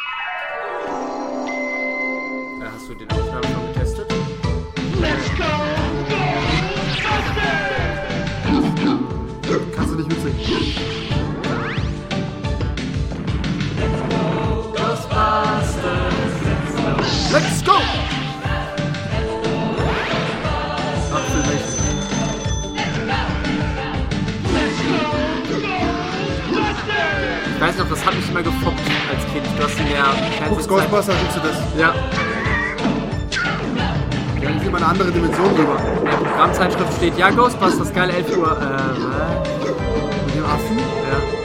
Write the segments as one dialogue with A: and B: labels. A: Äh, Let's go! Apfelmächte. Ich weiß noch, das hat mich immer gefoppt als Kind. Du hast in der
B: Guckst
A: Fernsehzeit-
B: Ghostbusters, guckst du das.
A: Ja,
B: Wir haben immer eine andere Dimension drüber.
A: in der Programmzeitschrift steht, ja, Ghostbusters, geil, 11 Uhr. Äh, äh,
B: Mit dem Affen?
A: ja.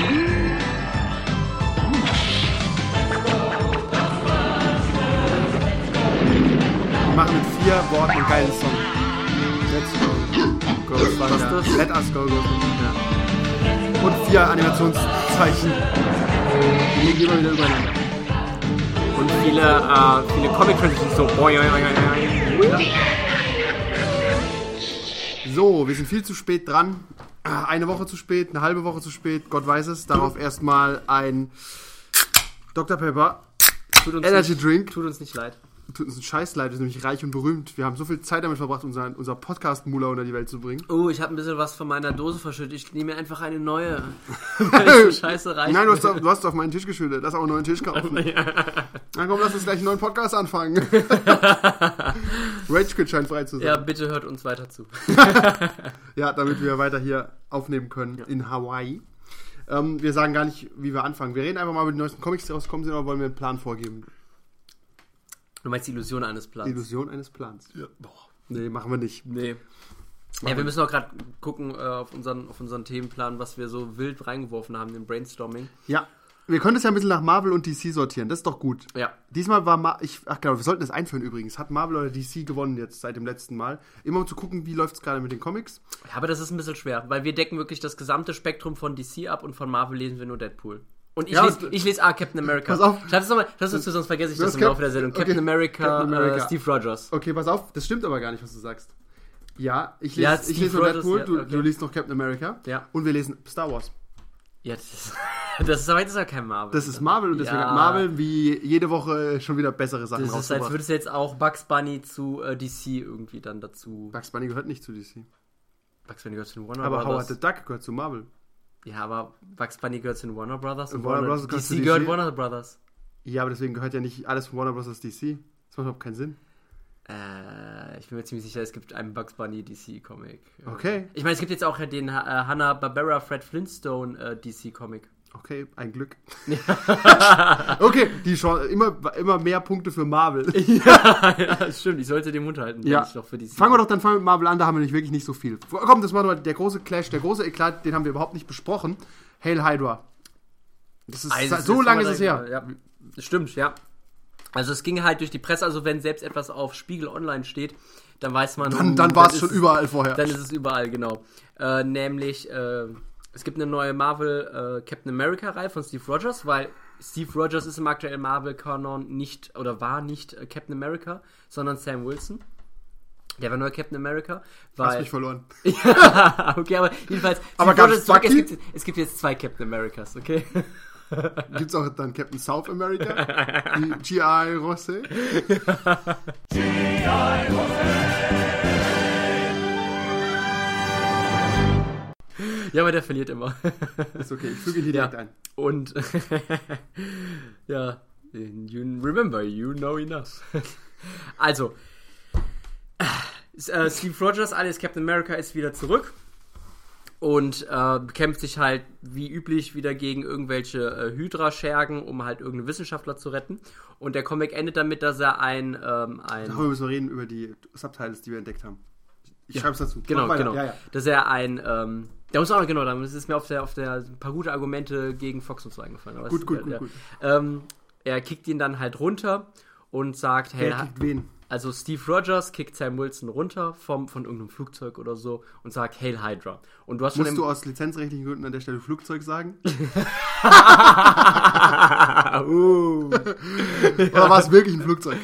A: Au.
B: Wir machen mit vier Worten einen geilen Song. Let's go. Ghostbusters.
A: Ghostbusters.
B: Let us go, Ghostbusters. Ja. Und vier Animationszeichen. Die liegen immer wieder übereinander.
A: Und viele, äh, viele Comic-Fans sind so, boing, boing, boing, boing.
B: So, wir sind viel zu spät dran. Ah, Eine Woche zu spät, eine halbe Woche zu spät, Gott weiß es. Darauf erstmal ein Dr. Pepper
A: Tut uns
B: Energy
A: nicht-
B: Drink.
A: Tut uns nicht leid.
B: Tut uns ein Scheiß leid, wir sind nämlich reich und berühmt. Wir haben so viel Zeit damit verbracht, unseren, unser Podcast-Mula unter die Welt zu bringen.
A: Oh, ich habe ein bisschen was von meiner Dose verschüttet. Ich nehme mir einfach eine neue. Weil ich so scheiße reich.
B: Nein, du hast,
A: bin.
B: auf- du hast auf meinen Tisch geschüttet. Lass auch einen neuen Tisch kaufen. Dann komm, lass uns gleich einen neuen Podcast anfangen. Rage Quit scheint frei zu sein.
A: Ja, bitte hört uns weiter zu.
B: Ja, damit wir weiter hier aufnehmen können in Hawaii. Ähm, wir sagen gar nicht, wie wir anfangen. Wir reden einfach mal über die neuesten Comics, die rausgekommen sind, oder wollen wir einen Plan vorgeben?
A: Du meinst die Illusion eines Plans.
B: Illusion eines Plans. Ja. Boah. Nee, machen wir nicht.
A: nee. Ja, wir müssen auch gerade gucken äh, auf, unseren, auf unseren Themenplan, was wir so wild reingeworfen haben im Brainstorming.
B: Ja, wir können es ja ein bisschen nach Marvel und DC sortieren. Das ist doch gut.
A: Ja.
B: Diesmal war Ma ich ach genau, wir sollten das einführen übrigens. Hat Marvel oder DC gewonnen jetzt seit dem letzten Mal? Immer um zu gucken, wie läuft es gerade mit den Comics.
A: ja, aber das ist ein bisschen schwer, weil wir decken wirklich das gesamte Spektrum von DC ab und von Marvel lesen wir nur Deadpool. Und ich
B: Ja,
A: lese,
B: und-
A: ich lese ah, Captain America.
B: Pass auf.
A: Schreib es nochmal, das ist sonst vergesse ich
B: Du
A: das
B: hast
A: im
B: Cap-
A: Laufe der Sendung.
B: okay.
A: Captain America,
B: Captain America.
A: Äh, Steve Rogers.
B: Okay, pass auf, das stimmt aber gar nicht, was du sagst. Ja, ich lese,
A: Ja,
B: ich
A: Steve
B: lese noch
A: Rogers,
B: Deadpool,
A: ja,
B: du,
A: okay.
B: du liest noch Captain America
A: Ja.
B: und wir lesen Star Wars.
A: Ja, das ist, das ist aber jetzt ist ja kein Marvel.
B: Das ist Marvel und deswegen
A: Ja.
B: hat Marvel wie jede Woche schon wieder bessere Sachen
A: Das ist, als
B: rausgebracht.
A: würdest du jetzt auch Bugs Bunny zu äh, DC irgendwie dann dazu.
B: Bugs Bunny gehört nicht zu DC.
A: Oh, Bugs Bunny gehört zu den Warner
B: Aber halt Howard
A: Brothers.
B: the Duck gehört zu Marvel.
A: ja, aber Bugs Bunny gehört zu den Warner Brothers und
B: Warner
A: Warner
B: Brothers gehört
A: DC
B: zu DC.
A: gehört Warner Brothers.
B: Ja, aber deswegen gehört ja nicht alles von Warner Bros. als DC. Das macht überhaupt keinen Sinn.
A: Äh, ich bin mir ziemlich sicher, es gibt einen Bugs Bunny DC Comic.
B: Okay.
A: Ich meine, es gibt jetzt auch den äh, Hanna Barbera Fred Flintstone äh, DC Comic.
B: Okay, ein Glück. okay, die Chance, immer, immer mehr Punkte für Marvel.
A: ja, stimmt. Ich sollte den Mund halten,
B: Ja.
A: wenn ich noch für DC.
B: Fangen wir doch dann fangen wir mit Marvel an, da haben wir nämlich wirklich nicht so viel. Komm, das machen wir der große Clash, der große Eklat, den haben wir überhaupt nicht besprochen. Hail Hydra. Das ist,
A: Also,
B: so
A: das
B: lange ist
A: kann
B: es
A: man
B: her.
A: sagen, Ja. Stimmt, ja. Also es ging halt durch die Presse, also wenn selbst etwas auf Spiegel Online steht, dann weiß man.
B: Dann,
A: oh,
B: dann war es
A: ist
B: schon überall vorher.
A: Dann ist es überall, genau. Äh, nämlich, äh, es gibt eine neue Marvel äh, Captain America-Reihe von Steve Rogers, weil Steve Rogers ist im aktuellen Marvel-Kanon nicht oder war nicht äh, Captain America, sondern Sam Wilson. Der war neuer Captain America.
B: Hast
A: Weil,
B: mich verloren.
A: okay, aber jedenfalls.
B: Aber
A: Steve
B: gab's
A: Rogers zurück, es,
B: Bucky?
A: gibt, es gibt jetzt zwei Captain Americas, okay?
B: Gibt's auch dann Captain South America? Die G.I. Rosse?
A: Ja, aber der verliert immer.
B: Ist okay, ich füge ihn hier direkt ein.
A: Und ja, you remember, you know enough. also, äh, Steve Rogers, alias Captain America, ist wieder zurück und äh, kämpft sich halt wie üblich wieder gegen irgendwelche äh, Hydra-Schergen, um halt irgendeinen Wissenschaftler zu retten. Und der Comic endet damit, dass er ein, ähm, ein
B: Darüber müssen wir reden, über die Subtitles, die wir entdeckt haben. Ich schreib's dazu.
A: Genau,
B: Mach weiter.
A: genau.
B: Ja, ja.
A: Dass er ein, ähm, da muss man auch noch genau, da ist mir auf der, auf der ein paar gute Argumente gegen Fox und so eingefallen. aber
B: Gut,
A: es-
B: gut,
A: äh,
B: gut,
A: ja.
B: gut.
A: Ähm, er kickt ihn dann halt runter und sagt, hey,
B: Wer
A: ha-
B: kriegt wen?
A: also Steve Rogers kickt Sam Wilson runter vom, von irgendeinem Flugzeug oder so und sagt, Hail Hydra. Und du hast schon
B: Musst
A: im-
B: du aus lizenzrechtlichen Gründen an der Stelle Flugzeug sagen?
A: uh.
B: Oder war es wirklich ein Flugzeug?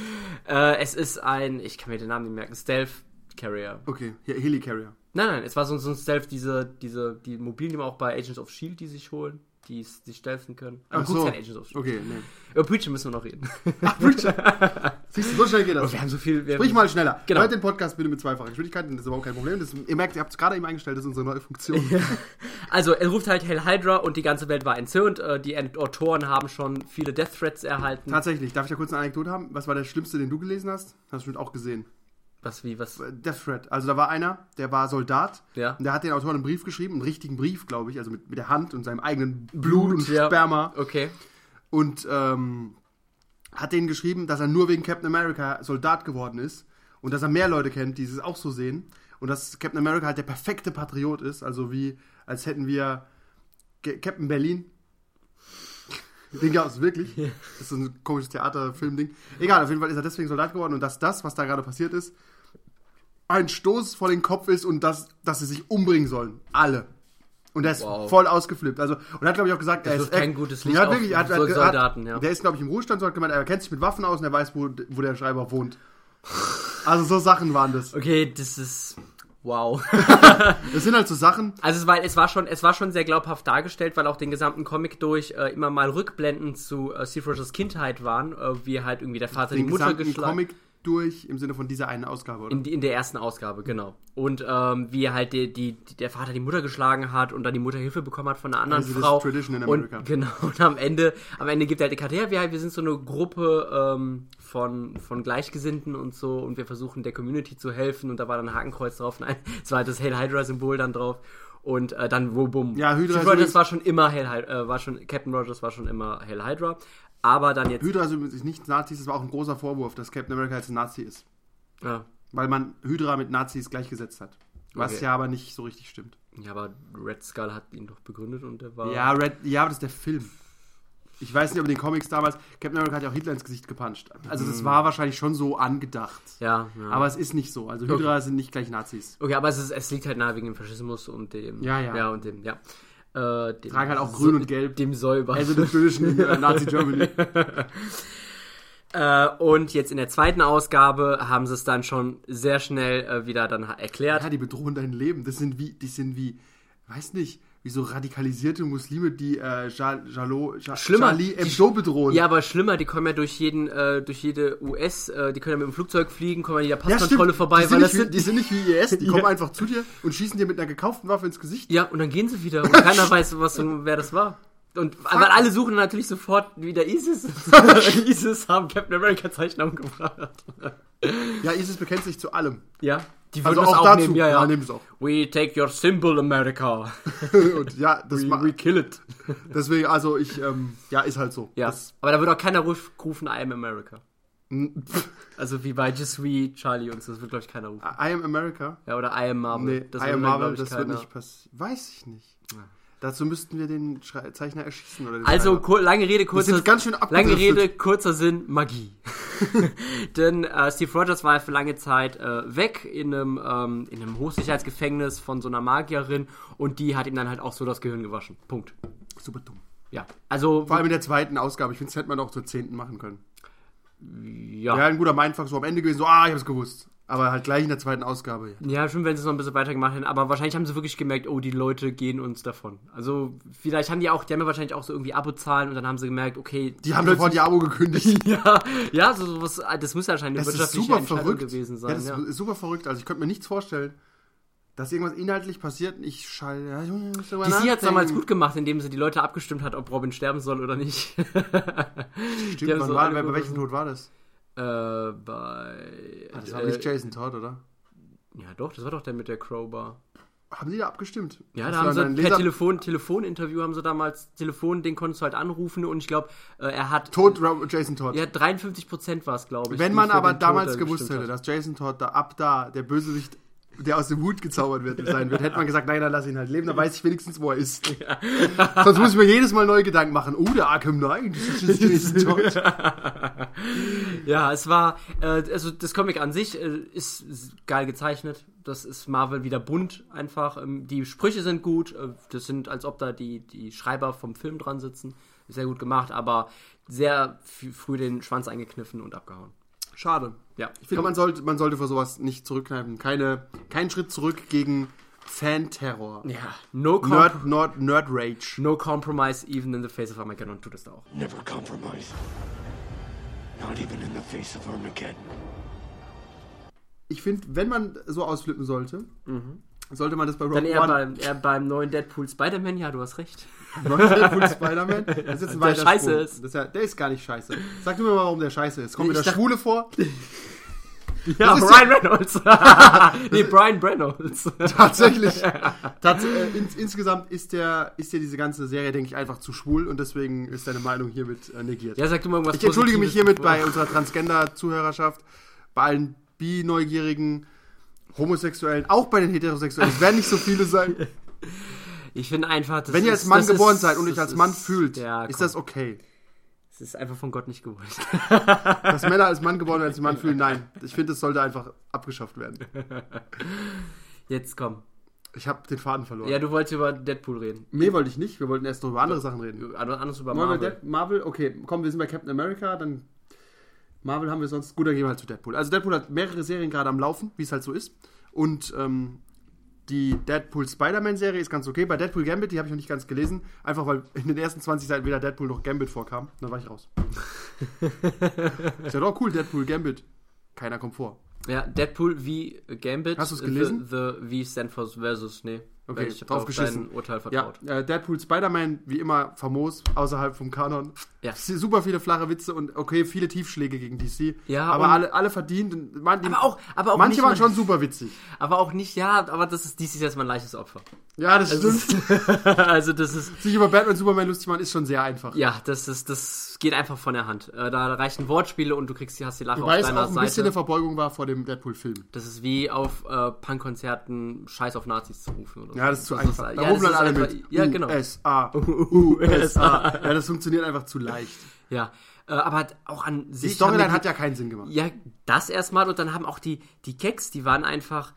A: äh, es ist ein, ich kann mir den Namen nicht merken, Stealth Carrier.
B: Okay, hier, Helicarrier.
A: Nein, nein, es war so, so ein Stealth, diese, diese, E die mobilen, die man auch bei Agents of Shield, die sich holen. die es sich stelzen können.
B: Ach
A: Aber gut,
B: so.
A: kein Agents of Shield.
B: Okay, nee.
A: E Über Preacher müssen wir noch reden.
B: Ach, Preacher. Siehst du, so schnell geht das.
A: Aber wir haben so viel. Wir
B: Sprich mal schneller.
A: Genau.
B: Hört den Podcast bitte mit zweifacher Geschwindigkeit, das ist überhaupt kein Problem. Das, ihr merkt, ihr habt es gerade eben eingestellt, das ist unsere neue Funktion.
A: Also, er ruft halt Hell Hydra und die ganze Welt war entzürnt. Äh, die Ent- Autoren haben schon viele Death Threats erhalten.
B: Tatsächlich, darf ich da kurz eine Anekdote haben? Was war der schlimmste, den du gelesen hast? Hast du bestimmt auch gesehen.
A: Was wie, was?
B: Äh, Death Threat. Also da war einer, der war Soldat
A: Ja.
B: und der hat den Autoren einen Brief geschrieben, einen richtigen Brief, glaube ich, also mit, mit der Hand und seinem eigenen Blut, und
A: ja.
B: Sperma.
A: Okay.
B: Und ähm, hat denen geschrieben, dass er nur wegen Captain America Soldat geworden ist und dass er mehr Leute kennt, die es auch so sehen. Und dass Captain America halt der perfekte Patriot ist, also wie, als hätten wir Ge- Captain Berlin. Den gab es wirklich. Das ist so ein komisches Theaterfilmding. Egal, auf jeden Fall ist er deswegen Soldat geworden und dass das, was da gerade passiert ist, ein Stoß vor den Kopf ist und dass, dass sie sich umbringen sollen. Alle. Und er ist
A: Wow.
B: voll ausgeflippt. Also, und er hat, glaube ich, auch gesagt, er
A: wirft
B: er-
A: kein gutes Licht
B: ja,
A: auf
B: wirklich, er hat,
A: so-
B: hat,
A: Soldaten, ja.
B: Hat, der ist, glaube ich, im Ruhestand, so hat gemeint, er kennt sich mit Waffen aus und er weiß, wo, wo der Schreiber wohnt. Also so Sachen waren das.
A: Okay, das ist. Wow.
B: Das sind halt so Sachen.
A: Also es war, es war schon, es war schon sehr glaubhaft dargestellt, weil auch den gesamten Comic durch äh, immer mal Rückblenden zu äh, Steve Rogers Kindheit waren, äh, wie halt irgendwie der Vater
B: Den
A: die Mutter
B: gesamten
A: geschlagen.
B: Comic durch im Sinne von dieser einen Ausgabe, oder?
A: In, die- in der ersten Ausgabe, genau. Und ähm, wie halt die, die, die, der Vater die Mutter geschlagen hat und dann die Mutter Hilfe bekommen hat von einer anderen
B: Also das
A: Frau.
B: ist Tradition in Amerika.
A: Und, genau, und am Ende, am Ende gibt er halt die Karte, ja, wir, wir sind so eine Gruppe ähm, von, von Gleichgesinnten und so und wir versuchen der Community zu helfen und da war dann ein Hakenkreuz drauf, nein, es war halt das Hail Hydra-Symbol dann drauf. Und äh, dann wo bumm.
B: Ja, Hydra
A: Steve
B: ist
A: Rogers
B: übrigens-
A: war schon immer Hail Hydra, äh, war schon, Captain Rogers war schon immer Hail Hydra. Aber dann jetzt.
B: Hydra ist übrigens nicht Nazis, das war auch ein großer Vorwurf, dass Captain America als ein Nazi ist.
A: Ja,
B: Weil man Hydra mit Nazis gleichgesetzt hat. Was
A: Okay.
B: ja aber nicht so richtig stimmt.
A: ja, aber Red Skull hat ihn doch begründet und der war.
B: Ja, Red, ja, aber das ist der Film. Ich weiß nicht, ob in den Comics damals, Captain America hat ja auch Hitler ins Gesicht gepanscht. Also
A: Mhm.
B: das war wahrscheinlich schon so angedacht.
A: Ja, ja.
B: Aber es ist nicht so. Also Hydra sind nicht gleich Nazis.
A: Okay, aber es, ist, es liegt halt nahe wegen dem Faschismus und dem.
B: Ja, ja.
A: Ja, und dem, ja. Äh, dem
B: Tragen halt auch grün und gelb.
A: Dem Säuber.
B: Also den bösen äh, Nazi-Germany.
A: äh, und jetzt in der zweiten Ausgabe haben sie es dann schon sehr schnell äh, wieder dann ha- erklärt.
B: Ja, die bedrohen dein Leben. Das sind wie, die sind wie, weiß nicht, wie so radikalisierte Muslime, die äh, Ja- Jalo, Ja-
A: Schlimmer.
B: Charlie
A: Die-
B: Hebdo bedrohen.
A: Ja, aber schlimmer, die kommen ja durch jeden, äh, durch jede US, äh, die können ja mit dem Flugzeug fliegen, kommen an jeder
B: Ja,
A: Passkontrolle
B: stimmt.
A: vorbei, weil
B: die sind,
A: das
B: nicht, wie-
A: sind.
B: die sind nicht wie IS, die
A: Ja.
B: kommen einfach zu dir und schießen dir mit einer gekauften Waffe ins Gesicht.
A: Ja, und dann gehen sie wieder und keiner weiß, was, wer das war. Und weil alle suchen natürlich sofort wieder ISIS. ISIS haben Captain America Zeichen umgebracht.
B: Ja, ISIS bekennt sich zu allem.
A: Ja, die würden
B: Also
A: das
B: auch,
A: auch,
B: dazu.
A: nehmen. Ja, ja.
B: nehmen sie auch.
A: We take your symbol, America.
B: und ja, das
A: We,
B: ma-
A: we kill it.
B: deswegen, also ich, ähm, ja, ist halt so.
A: Ja.
B: Das,
A: Aber da wird auch keiner ruf- rufen, I am America.
B: N-
A: Also wie bei Just We, Charlie und so, das wird, glaube ich, keiner rufen.
B: I am America.
A: Ja, oder I am Marvel.
B: Nee,
A: das
B: I
A: wird,
B: am
A: glaub
B: Marvel,
A: ich,
B: das wird
A: keiner.
B: nicht passieren. Weiß ich nicht. Dazu müssten wir den Schrei Zeichner erschießen. Oder den
A: Also,
B: Schreiber.
A: kur- lange Rede,
B: wir
A: kurzer
B: sind ganz schön
A: Lange
B: abgedriftet.
A: Rede, kurzer Sinn, Magie. Denn äh, Steve Rogers war ja für lange Zeit äh, weg in einem, ähm, in einem Hochsicherheitsgefängnis von so einer Magierin und die hat ihm dann halt auch so das Gehirn gewaschen. Punkt.
B: Super dumm.
A: Ja. Also,
B: Vor allem in der zweiten Ausgabe. Ich finde, das hätte man auch zur zehnten machen können.
A: ja.
B: Ja, ein guter Mindfuck so am Ende gewesen. So, ah, ich hab's gewusst. Aber halt gleich in der zweiten Ausgabe. Ja.
A: Ja, schon, wenn sie es noch ein bisschen weitergemacht hätten. Aber wahrscheinlich haben sie wirklich gemerkt, oh, die Leute gehen uns davon. Also, vielleicht haben die auch, die haben ja wahrscheinlich auch so irgendwie Abozahlen und dann haben sie gemerkt, okay.
B: Die haben sofort die Abo gekündigt.
A: Ja, ja, so, so was, das muss ja anscheinend eine
B: Das ist
A: wirtschaftliche
B: super
A: Entscheidung
B: verrückt.
A: gewesen
B: ja,
A: sein.
B: das
A: Ja,
B: ist super verrückt. Also ich könnte mir nichts vorstellen, dass irgendwas inhaltlich passiert. und Ich schall. Ja, ich muss drüber
A: DC hat es
B: nachdenken.
A: damals gut gemacht, indem sie die Leute abgestimmt hat, ob Robin sterben soll oder nicht. Äh, Die haben
B: Stimmt, wann
A: so
B: war,
A: alle
B: bei, bei
A: gut
B: welchem
A: versucht.
B: Tod war das?
A: äh, bei.
B: Ah, das war
A: äh,
B: nicht Jason Todd, oder?
A: ja, doch, das war doch der mit der Crowbar.
B: Haben die da abgestimmt?
A: Ja,
B: Hast
A: da
B: du
A: haben sie
B: deinen
A: per
B: Leser-
A: Telefon, Telefoninterview haben sie damals, Telefon, den konntest du halt anrufen und ich glaube, äh, er hat.
B: Tod Rob- Jason Todd.
A: Ja, 53 Prozent war es, glaube ich.
B: Wenn
A: die
B: man
A: für
B: aber
A: den Tod
B: damals
A: dann
B: gewusst
A: gestimmt
B: hätte, dass Jason Todd da ab da der Bösewicht, der aus dem Hut gezaubert wird, sein wird, hätte man gesagt, nein, dann lass ihn halt leben, dann weiß ich wenigstens, wo er ist. Sonst muss ich mir jedes Mal neue Gedanken machen. Oh, der Arkham Knight, das ist Jason Todd.
A: hat. Ja, es war, äh, also das Comic an sich äh, ist, ist geil gezeichnet. Das ist Marvel wieder bunt einfach. Ähm, die Sprüche sind gut. Äh, das sind, als ob da die, die Schreiber vom Film dran sitzen. Ist Sehr gut gemacht, aber sehr f- früh den Schwanz eingekniffen und abgehauen.
B: Schade.
A: Ja,
B: Ich finde, man sollte, man sollte vor sowas nicht zurückkneifen. Keine, keinen Schritt zurück gegen Fan-Terror.
A: Ja, no, comp
B: Nerd, Nerd, Nerd Rage.
A: no compromise even in the face of Armageddon tut es da auch.
C: Never compromise. Not even in the face of Armageddon.
B: Ich finde, wenn man so ausflippen sollte, sollte man das bei
A: Mhm. Dann
B: Rogue
A: eher
B: One.
A: beim, eher beim neuen Deadpool Spider-Man, ja, du hast recht.
B: Neues Deadpool Spider-Man. Das ist ein
A: Der
B: weiter
A: scheiße
B: Sprung.
A: ist.
B: Das ist ja, der ist gar nicht scheiße. Sag du mir mal, warum der scheiße ist. Kommt
A: Nee,
B: wieder
A: ich dachte-
B: Schwule vor?
A: Ja,
B: ist
A: Brian Reynolds. nee, Brian Reynolds.
B: Tatsächlich. Tats äh, ins insgesamt ist der, ist dir diese ganze Serie, denke ich, einfach zu schwul und deswegen ist deine Meinung hiermit äh, negiert.
A: Ja, sag du mal irgendwas
B: ich entschuldige mich
A: Positives,
B: hiermit bei unserer Transgender-Zuhörerschaft, bei allen Bi-Neugierigen, Homosexuellen, auch bei den Heterosexuellen. Es werden nicht so viele sein.
A: Ich finde einfach, das
B: Wenn ihr
A: ist-
B: als Mann
A: das
B: geboren
A: ist-
B: seid und euch
A: das
B: als Mann
A: ist-
B: fühlt,
A: ja,
B: ist
A: komm,
B: das okay.
A: das ist einfach von Gott nicht gewollt.
B: Dass Männer als Mann geboren werden, als Mann fühlen, nein. Ich finde, das sollte einfach abgeschafft werden.
A: Jetzt komm.
B: Ich habe den Faden verloren.
A: Ja, du wolltest über Deadpool reden.
B: Nee, wollte ich nicht. Wir wollten erst noch über andere Sachen reden.
A: Anders anders über
B: Marvel.
A: Marvel.
B: Dead- Marvel, okay, komm, wir sind bei Captain America, dann Marvel haben wir sonst. Gut, dann gehen wir halt zu Deadpool. Also Deadpool hat mehrere Serien gerade am Laufen, wie es halt so ist. Und ähm, die Deadpool Spider-Man-Serie ist ganz okay. Bei Deadpool Gambit, die habe ich noch nicht ganz gelesen, einfach weil in den ersten 20 Seiten weder Deadpool noch Gambit vorkam. Dann war ich raus. ist ja doch cool, Deadpool Gambit. Keiner kommt vor.
A: Ja, Deadpool wie Gambit.
B: Hast du's gelesen?
A: The, the V stand for versus, nee.
B: Okay,
A: Weil ich hab
B: drauf
A: auf
B: geschissen.
A: dein Urteil
B: Ja,
A: vertraut.
B: äh, Deadpool Spider-Man, wie immer, famos, außerhalb vom Kanon.
A: Ja.
B: Super viele flache Witze und okay, viele Tiefschläge gegen DC.
A: Ja,
B: aber
A: und-
B: alle, alle verdient. und Man, die,
A: Aber auch, aber auch
B: manche
A: nicht
B: waren
A: mal-
B: schon super witzig.
A: Aber auch nicht, ja, aber das ist dieses Jahr mal ein leichtes Opfer.
B: Ja, das
A: Also,
B: stimmt.
A: also das ist,
B: Sich über Batman und Superman lustig machen, ist schon sehr einfach.
A: ja, das ist, das geht einfach von der Hand. Äh, Da reichen Wortspiele und du kriegst die, hast die Lache
B: Wobei
A: auf
B: es auch
A: deiner
B: ein bisschen eine
A: Seite.
B: Verbeugung war vor dem Deadpool-Film.
A: Das ist wie auf äh, Punkkonzerten Scheiß auf Nazis zu rufen oder so.
B: Ja, das ist zu einfach.
A: ja,
B: Also, da
A: das
B: rufen dann
A: ist
B: alle
A: einfach-
B: mit.
A: Ja, genau.
B: USA.
A: USA.
B: USA. Ja, das funktioniert einfach zu leicht.
A: Ja, äh, aber hat auch an
B: Die
A: sich. haben
B: Storyline
A: mir
B: hat
A: die-
B: ja keinen Sinn gemacht.
A: Ja, das erstmal und dann haben auch die, die Keks, die waren einfach.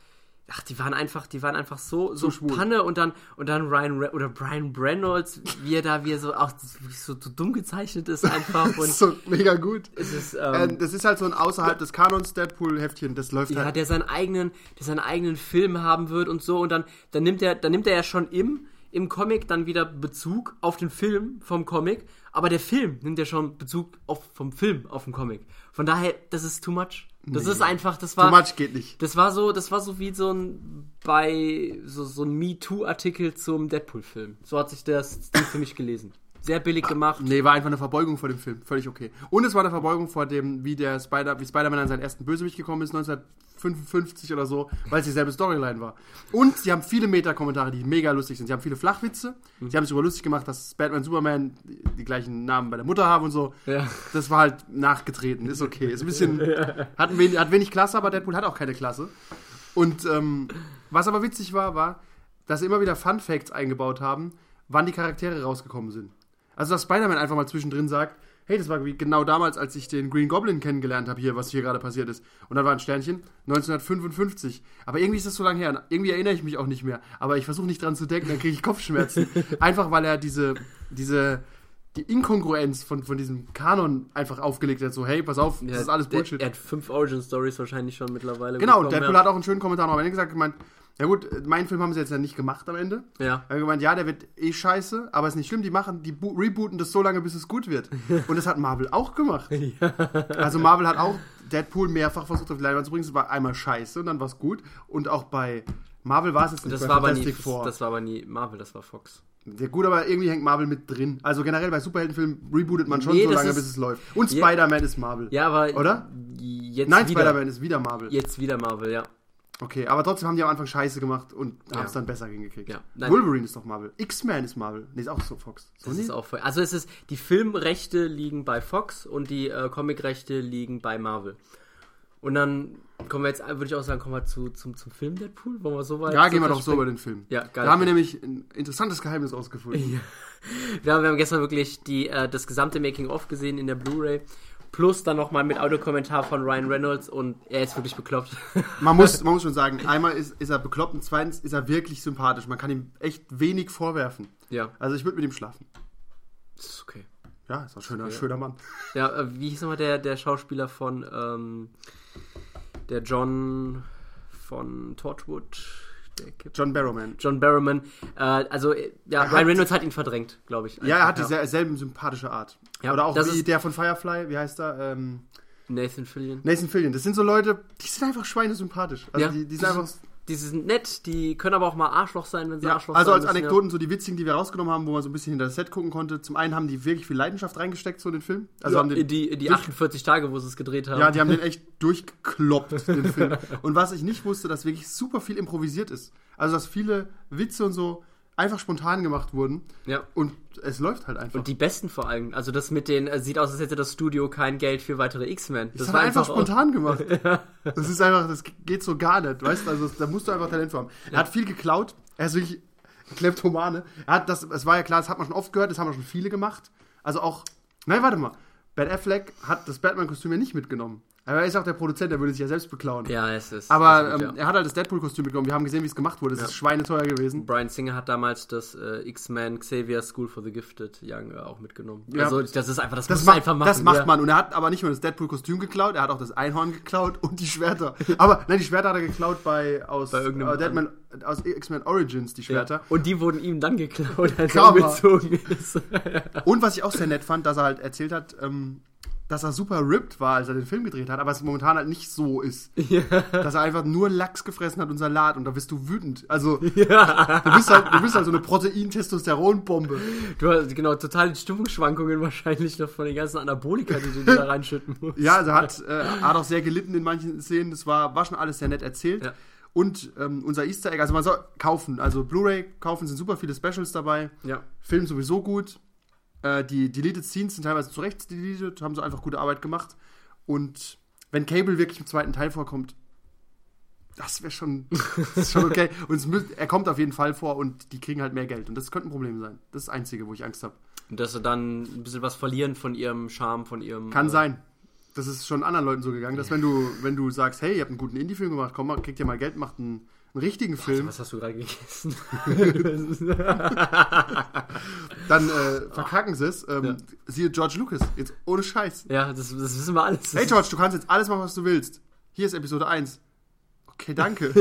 A: Ach, die waren einfach, die waren einfach so, so
B: schwul.
A: Panne und dann, und dann Ryan Re oder Brian Reynolds, wie er da, wie er so auch so, so dumm gezeichnet ist einfach
B: Das
A: und
B: ist so mega gut.
A: es ist,
B: Ähm,
A: ähm,
B: das ist halt so ein außerhalb des Kanons Deadpool-Heftchen. Das läuft
A: ja,
B: halt.
A: der seinen eigenen, der seinen eigenen Film haben wird und so und dann, dann nimmt er, dann nimmt er ja schon im, im Comic dann wieder Bezug auf den Film vom Comic, aber der Film nimmt ja schon Bezug auf, vom Film auf den Comic. Von daher, das ist too much. Das ist einfach, das war,
B: Too much geht nicht.
A: Das war so, das war so wie so ein bei so, so ein Me Too Artikel zum Deadpool Film. So hat sich das Ding für mich gelesen. Sehr billig
B: Ah,
A: gemacht.
B: Nee, war einfach eine Verbeugung vor dem Film. Völlig okay. Und es war eine Verbeugung vor dem, wie der Spider, wie Spider-Man an seinen ersten Bösewicht gekommen ist, 1955 oder so, weil es dieselbe Storyline war. Und sie haben viele Meta-Kommentare, die mega lustig sind. Sie haben viele Flachwitze.
A: Mhm.
B: Sie haben sich über lustig gemacht, dass Batman, Superman die, die gleichen Namen bei der Mutter haben und so.
A: Ja.
B: Das war halt nachgetreten. Ist okay. Ist ein bisschen, hat, wenig, hat wenig Klasse, aber Deadpool hat auch keine Klasse. Und ähm, was aber witzig war, war, dass sie immer wieder Fun Facts eingebaut haben, wann die Charaktere rausgekommen sind. Also, dass Spider-Man einfach mal zwischendrin sagt, hey, das war wie genau damals, als ich den Green Goblin kennengelernt habe, hier, was hier gerade passiert ist. Und dann war ein Sternchen, 1955. Aber irgendwie ist das so lange her. und Irgendwie erinnere ich mich auch nicht mehr. Aber ich versuche nicht dran zu denken, dann kriege ich Kopfschmerzen. einfach, weil er diese, diese, die Inkongruenz von, von diesem Kanon einfach aufgelegt hat. So, hey, pass auf, das ist alles
A: der,
B: Bullshit.
A: Er hat fünf Origin Stories wahrscheinlich schon mittlerweile.
B: Genau,
A: bekommen,
B: Deadpool
A: ja.
B: hat auch einen schönen Kommentar noch am Ende gesagt, gemeint, ja gut, meinen Film haben sie jetzt ja nicht gemacht am Ende.
A: Ja.
B: Er hat gemeint, ja, der wird eh scheiße, aber ist nicht schlimm, die machen, die bo- rebooten das so lange, bis es gut wird. Und das hat Marvel auch gemacht. Also Marvel hat auch Deadpool mehrfach versucht auf die Leinwand zu bringen, es war einmal scheiße und dann war es gut. Und auch bei Marvel war es jetzt nicht
A: Das
B: bei
A: war aber nie,
B: Fantastic
A: das,
B: Four.
A: das war aber nie Marvel, das war Fox.
B: Ja, gut, aber irgendwie hängt Marvel mit drin. Also generell bei Superheldenfilmen rebootet man schon
A: Nee,
B: so
A: das
B: lange,
A: ist-
B: bis es läuft. Und
A: Ja.
B: Spider-Man ist Marvel.
A: Ja, aber
B: Oder?
A: Jetzt
B: Nein,
A: wieder,
B: Spider-Man ist wieder Marvel.
A: jetzt wieder Marvel, ja.
B: Okay, aber trotzdem haben die am Anfang Scheiße gemacht und haben es dann besser hingekriegt.
A: Ja. Nein.
B: Wolverine ist doch Marvel. X-Men ist Marvel. Nee, ist auch so Fox.
A: Das
B: Sony?
A: ist auch voll. Also es ist die Filmrechte liegen bei Fox und die äh, Comicrechte liegen bei Marvel. Und dann kommen wir jetzt, würde ich auch sagen, kommen wir zu, zum, zum Film Deadpool. Wollen wir so weit?
B: ja, gehen wir doch so
A: springen?
B: über den Film.
A: Ja, geil.
B: Da haben wir nämlich ein interessantes Geheimnis ausgefunden.
A: Wir haben, wir haben gestern wirklich die, äh, das gesamte Making-of gesehen in der Blu-ray. Plus dann nochmal mit Audiokommentar von Ryan Reynolds und er ist wirklich bekloppt.
B: Man muss, man muss schon sagen, einmal ist, ist er bekloppt und zweitens ist er wirklich sympathisch. Man kann ihm echt wenig vorwerfen.
A: ja,
B: Also ich würde mit ihm schlafen.
A: das ist okay.
B: Ja, ist ein schöner,
A: Okay.
B: schöner Mann.
A: Ja, äh, wie hieß nochmal der, der Schauspieler von, ähm, der John von Torchwood? der Cap-
B: John Barrowman.
A: John Barrowman. Äh, also, äh, ja, Ryan
B: Er hat-
A: Reynolds hat ihn verdrängt, glaube ich.
B: Ja, er hat dieselbe sympathische Art.
A: Ja,
B: Oder auch
A: das
B: wie
A: ist-
B: der von Firefly, wie heißt er? Ähm,
A: Nathan Fillion.
B: Nathan Fillion. Das sind so Leute, die sind einfach schweinesympathisch. Also
A: Ja.
B: die, die sind einfach.
A: Die sind nett, die können aber auch mal Arschloch sein, wenn sie
B: Ja,
A: Arschloch
B: also
A: sein
B: als
A: müssen, ja.
B: Anekdoten, so die witzigen, die wir rausgenommen haben, wo man so ein bisschen hinter das Set gucken konnte. Zum einen haben die wirklich viel Leidenschaft reingesteckt, so in den Film. Also
A: ja,
B: haben
A: in
B: den,
A: die, in die
B: durch-
A: 48 Tage, wo sie es gedreht haben.
B: ja, die haben den echt durchgekloppt, den Film. Und was ich nicht wusste, dass wirklich super viel improvisiert ist. Also dass viele Witze und so einfach spontan gemacht wurden.
A: Ja.
B: Und es läuft halt einfach.
A: Und die besten vor allem. Also das mit den, äh, sieht aus, als hätte das Studio kein Geld für weitere X-Men.
B: Das, hat er einfach spontan gemacht. Das ist einfach, das geht so gar nicht, weißt du? Also das- da musst du einfach Talent für haben. Er hat viel geklaut, er ist wirklich Kleptomane. Er hat das, es war ja klar, das hat man schon oft gehört, das haben schon viele gemacht. Also auch, nein, warte mal. Ben Affleck hat das Batman-Kostüm ja nicht mitgenommen. Aber er ist auch der Produzent, der würde sich ja selbst beklauen.
A: Ja, es ist.
B: Aber
A: absolut,
B: ähm,
A: ja.
B: er hat halt das Deadpool-Kostüm mitgenommen. Wir haben gesehen, wie es gemacht wurde. Es ist schweineteuer gewesen.
A: Brian Singer hat damals das äh, X-Men Xavier School for the Gifted Young äh, auch mitgenommen.
B: Ja.
A: Also das ist einfach, das,
B: Das
A: muss
B: macht,
A: einfach machen.
B: das macht
A: ja.
B: man. Und er hat aber nicht nur das Deadpool-Kostüm geklaut, er hat auch das Einhorn geklaut und die Schwerter. aber nein, die Schwerter hat er geklaut bei aus,
A: Bei irgendeinem
B: äh, Deadman, aus X-Men Origins, die
A: Ja.
B: Schwerter.
A: Und die wurden ihm dann geklaut, als er
B: Karma.
A: umgezogen ist.
B: Und was ich auch sehr nett fand, dass er halt erzählt hat, ähm, dass er super ripped war, als er den Film gedreht hat, aber es momentan halt nicht so ist. Dass er einfach nur Lachs gefressen hat und Salat und da bist du wütend. Also, du, bist halt, du bist halt so eine Protein-Testosteron-Bombe.
A: Du hast genau totale Stimmungsschwankungen wahrscheinlich noch von den ganzen Anabolika, die du dir da reinschütten musst.
B: Ja, also hat, äh, hat auch sehr gelitten in manchen Szenen. Das war, war schon alles sehr nett erzählt.
A: Ja.
B: Und ähm, unser Easter Egg, also man soll kaufen. Also Blu-ray kaufen sind super viele Specials dabei.
A: Ja.
B: Film sowieso gut. Äh, die Deleted Scenes sind teilweise zu Recht deleted, haben so einfach gute Arbeit gemacht. Und wenn Cable wirklich im zweiten Teil vorkommt, das wäre schon, das ist schon okay. Und es mü- er kommt auf jeden Fall vor und die kriegen halt mehr Geld. Und das könnte ein Problem sein. Das ist das Einzige, wo ich Angst habe.
A: Und dass sie dann ein bisschen was verlieren von ihrem Charme, von ihrem.
B: Kann
A: äh,
B: sein. Das ist schon anderen Leuten so gegangen, dass wenn du, wenn du sagst, hey, ihr habt einen guten Indie-Film gemacht, komm, mal, kriegt ihr mal Geld, macht einen, einen richtigen Film,
A: Was hast du gerade gegessen?
B: dann äh, verkacken sie es. Ähm,
A: Ja.
B: Siehe George Lucas, jetzt ohne Scheiß.
A: ja, das, das wissen wir alles.
B: Hey George, du kannst jetzt alles machen, was du willst. Hier ist Episode 1. Okay, danke.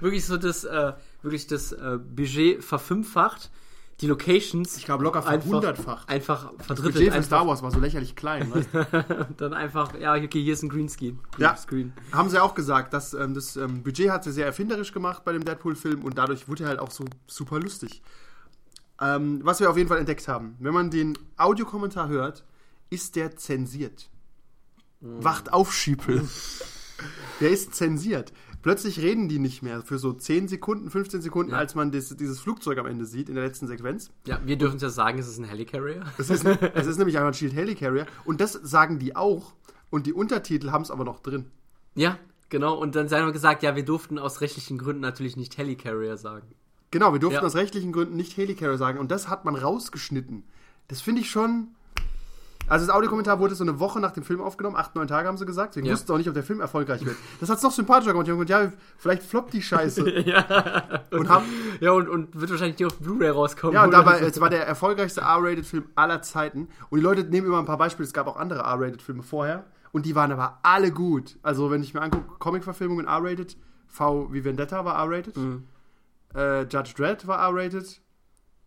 A: wirklich so das, äh, wirklich das äh, Budget verfünffacht, die Locations.
B: Ich glaube, locker verhundertfacht.
A: Einfach
B: Das Budget
A: verdrittelt.
B: für Star
A: Einfach,
B: Wars war so lächerlich klein. Weißt? du?
A: und dann einfach, ja, okay, hier ist ein Greenscreen.
B: Ja.
A: Screen.
B: Haben sie auch gesagt, dass ähm, das ähm, Budget hat sie sehr erfinderisch gemacht bei dem Deadpool-Film und dadurch wurde er halt auch so super lustig. Ähm, was wir auf jeden Fall entdeckt haben, wenn man den Audiokommentar hört, ist der zensiert. Wacht auf, Schiepel. der ist zensiert. Plötzlich reden die nicht mehr für so 10 Sekunden, 15 Sekunden,
A: Ja.
B: als man dis- dieses Flugzeug am Ende sieht in der letzten Sequenz.
A: Ja, wir dürfen es ja sagen, es ist ein Helicarrier.
B: Es ist, es ist nämlich einfach ein Shield Helicarrier und das sagen die auch und die Untertitel haben es aber noch drin.
A: Ja, genau. Und dann haben wir gesagt, ja, wir durften aus rechtlichen Gründen natürlich nicht Helicarrier sagen.
B: Genau, wir durften
A: Ja.
B: aus rechtlichen Gründen nicht Helicarrier sagen und das hat man rausgeschnitten. Das finde ich schon. Also das Audiokommentar wurde so eine Woche nach dem Film aufgenommen, acht, neun Tage haben sie gesagt. Wir
A: Ja.
B: wussten auch nicht, ob der Film erfolgreich wird. Das hat es noch sympathischer gemacht. Die haben gesagt, ja, vielleicht floppt die Scheiße. Und haben,
A: Ja, und, und wird wahrscheinlich nicht auf Blu-ray rauskommen.
B: ja, und
A: oder?
B: dabei, es war der erfolgreichste R-Rated-Film aller Zeiten. Und die Leute nehmen immer ein paar Beispiele. Es gab auch andere R-Rated-Filme vorher. Und die waren aber alle gut. Also, wenn ich mir angucke, Comic-Verfilmungen R-Rated, V wie Vendetta war R-Rated,
A: Mhm.
B: äh, Judge Dredd war R-Rated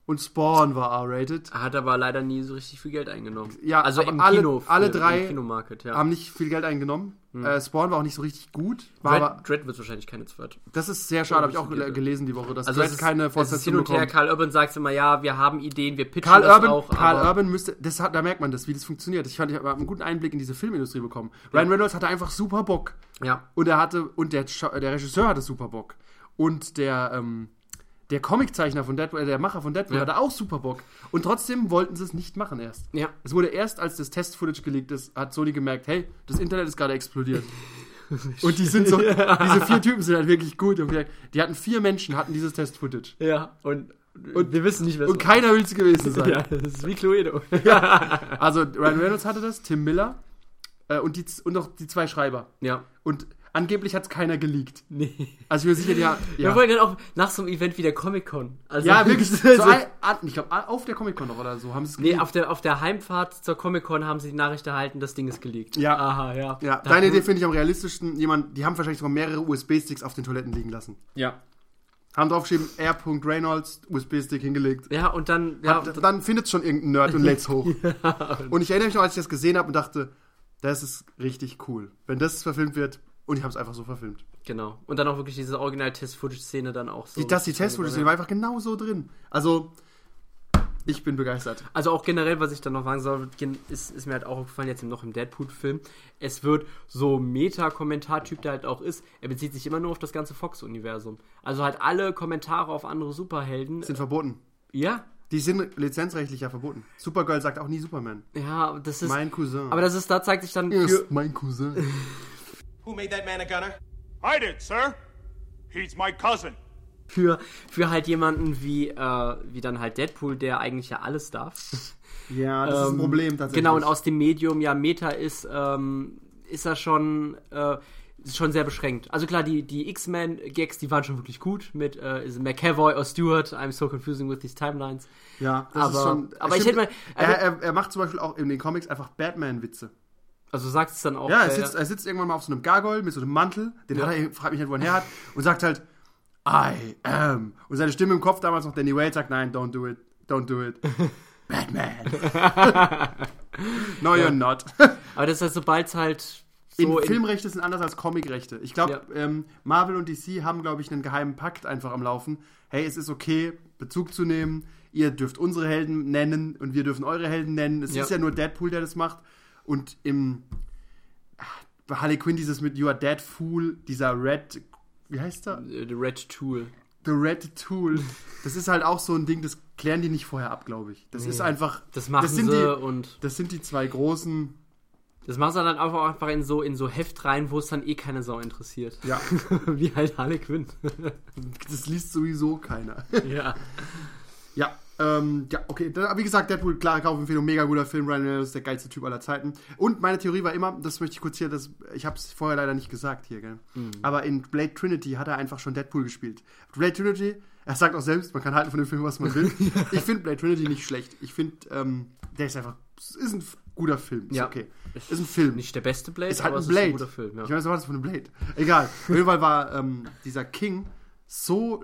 B: und Spawn war R-Rated.
A: Hat aber leider nie so richtig viel Geld eingenommen.
B: Ja,
A: also
B: aber
A: im
B: alle-
A: Kino.
B: alle
A: im
B: drei
A: Kinomarket, ja.
B: Haben nicht viel Geld eingenommen.
A: Mhm.
B: Äh, Spawn war auch nicht so richtig gut. War aber,
A: Dread, Dread wird wahrscheinlich keine zweite.
B: das ist sehr schade, habe ich auch gel- gelesen die Woche, dass Dredd
A: Also es ist-
B: keine
A: es ist hin
B: Fortsetzung
A: und her.
B: bekommt.
A: Karl Urban sagt immer, ja, wir haben Ideen, wir pitchen
B: Karl
A: das
B: Urban,
A: auch.
B: Karl
A: aber
B: Urban müsste, das hat, da merkt man das, wie das funktioniert. Ich fand, ich habe einen guten Einblick in diese Filmindustrie bekommen. Ryan Reynolds hatte einfach super Bock.
A: Ja,
B: Und er hatte, und der, Scha- äh, der Regisseur hatte super Bock. Und der, ähm, der Comiczeichner von Deadpool, äh, der Macher von Deadpool
A: Ja.
B: hatte auch super Bock. Und trotzdem wollten sie es nicht machen erst.
A: ja.
B: Es wurde erst, als das Test-Footage geleakt ist, hat Sony gemerkt, hey, das Internet ist gerade explodiert. und die sind so, diese vier Typen sind halt wirklich gut. Und wir- die hatten vier Menschen, hatten dieses Test-Footage.
A: Ja, und, und wir wissen nicht, wer
B: Und keiner will es gewesen sein.
A: Ja, das ist wie Cluedo.
B: Also Ryan Reynolds hatte das, Tim Miller äh, und, die, z- und noch die zwei Schreiber.
A: Ja.
B: Und Angeblich hat es keiner geleakt.
A: Nee.
B: Also ich bin sicher, ja.
A: Wir wollen dann auch nach so einem Event wie der Comic-Con. Also,
B: Ja, wirklich. So
A: Also,
B: ein, an- ich glaube, auf der Comic-Con noch oder so haben sie es
A: nee, auf der, auf der Heimfahrt zur Comic-Con haben sie die Nachricht erhalten, das Ding ist geleakt.
B: Ja.
A: Aha, ja.
B: Ja,
A: Da-
B: deine Idee finde ich am realistischsten. Jemand, die haben wahrscheinlich sogar mehrere USB-Sticks auf den Toiletten liegen lassen.
A: Ja.
B: Haben draufgeschrieben, R. Reynolds, USB-Stick hingelegt.
A: Ja, und dann, ja,
B: Hat- dann findet schon irgendein Nerd und lädt's hoch. Und ich erinnere mich noch, als ich das gesehen habe und dachte, das ist richtig cool. Wenn das verfilmt wird, und ich habe es einfach so verfilmt.
A: genau. Und dann auch wirklich diese Original-Test-Footage-Szene dann auch so.
B: Die, dass die Testfotos sind, war einfach genau so drin. Also, ich bin begeistert.
A: Also auch generell, was ich dann noch sagen soll, gen- ist, ist mir halt auch aufgefallen, jetzt noch im Deadpool-Film, es wird so Meta-Kommentartyp, der halt auch ist, er bezieht sich immer nur auf das ganze Fox-Universum. Also halt alle Kommentare auf andere Superhelden.
B: Sind verboten.
A: ja,
B: Die sind lizenzrechtlich ja verboten. Supergirl sagt auch nie Superman.
A: ja, das ist.
B: Mein Cousin.
A: aber das ist, da zeigt sich dann.
B: ist mein Cousin.
D: Who made that man a gunner?
E: I did, sir. He's my cousin.
A: für, für halt jemanden wie, äh, wie dann halt Deadpool, der eigentlich ja alles darf.
B: Ja, das ist ein
A: Ähm,
B: Problem tatsächlich.
A: Genau, und aus dem Medium ja Meta ist, ähm, ist er schon, äh, ist schon sehr beschränkt. Also klar, die, die X-Men-Gags, die waren schon wirklich gut mit äh, ist McAvoy or Stewart, I'm so confusing with these timelines.
B: Ja, das
A: Aber-
B: ist schon.
A: aber ich
B: stimmt,
A: hätte mal-
B: Er, er, er macht zum Beispiel auch in den Comics einfach Batman-Witze.
A: Also sagt es dann auch.
B: Ja,
A: äh,
B: er sitzt, er sitzt irgendwann mal auf so einem Gargoyle mit so einem Mantel, den
A: Ja.
B: hat er, fragt mich nicht, wo er her hat, und sagt halt, I am. Und seine Stimme im Kopf damals noch, Danny Wade sagt, nein, don't do it, don't do it. Batman. no, you're not.
A: aber das ist halt, sobald es halt
B: In
A: so
B: Filmrechte sind anders als Comicrechte. Ich glaube, ähm, Marvel und DC haben, glaube ich, einen geheimen Pakt einfach am Laufen. Hey, es ist okay, Bezug zu nehmen. Ihr dürft unsere Helden nennen und wir dürfen eure Helden nennen. Es
A: Ja.
B: ist ja nur Deadpool, der das macht. Und im bei Harley Quinn dieses mit You are Dead Fool, dieser Red, wie heißt er?
A: in, äh, The Red Tool.
B: The Red Tool. Das ist halt auch so ein Ding, das klären die nicht vorher ab, glaube ich. Das ist einfach.
A: Das machen
B: sind
A: sie
B: die,
A: und
B: Das sind die zwei großen.
A: das machen sie dann einfach, einfach in so in so Heft rein, wo es dann eh keine Sau interessiert.
B: Ja.
A: Wie halt Harley Quinn.
B: Das liest sowieso keiner.
A: ja.
B: Ja, ähm, ja, okay. Da, wie gesagt, Deadpool, klare Kaufempfehlung, mega guter Film. Ryan Reynolds, der geilste Typ aller Zeiten. Und meine Theorie war immer, das möchte ich kurz hier, das, ich habe es vorher leider nicht gesagt hier, gell.
A: Mhm.
B: Aber in Blade Trinity hat er einfach schon Deadpool gespielt. Blade Trinity, er sagt auch selbst, man kann halten von dem Film, was man will. Ich finde Blade Trinity nicht schlecht. Ich finde, ähm, der ist einfach, es ist ein f- guter Film. Ist
A: Ja.
B: okay. Ist ein Film.
A: Nicht der beste Blade,
B: Ist halt
A: aber
B: ein
A: es
B: Blade.
A: ist ein guter Film. Ja.
B: Ich weiß nicht, was das für ein Blade. Egal. Auf jeden Fall war ähm, dieser King so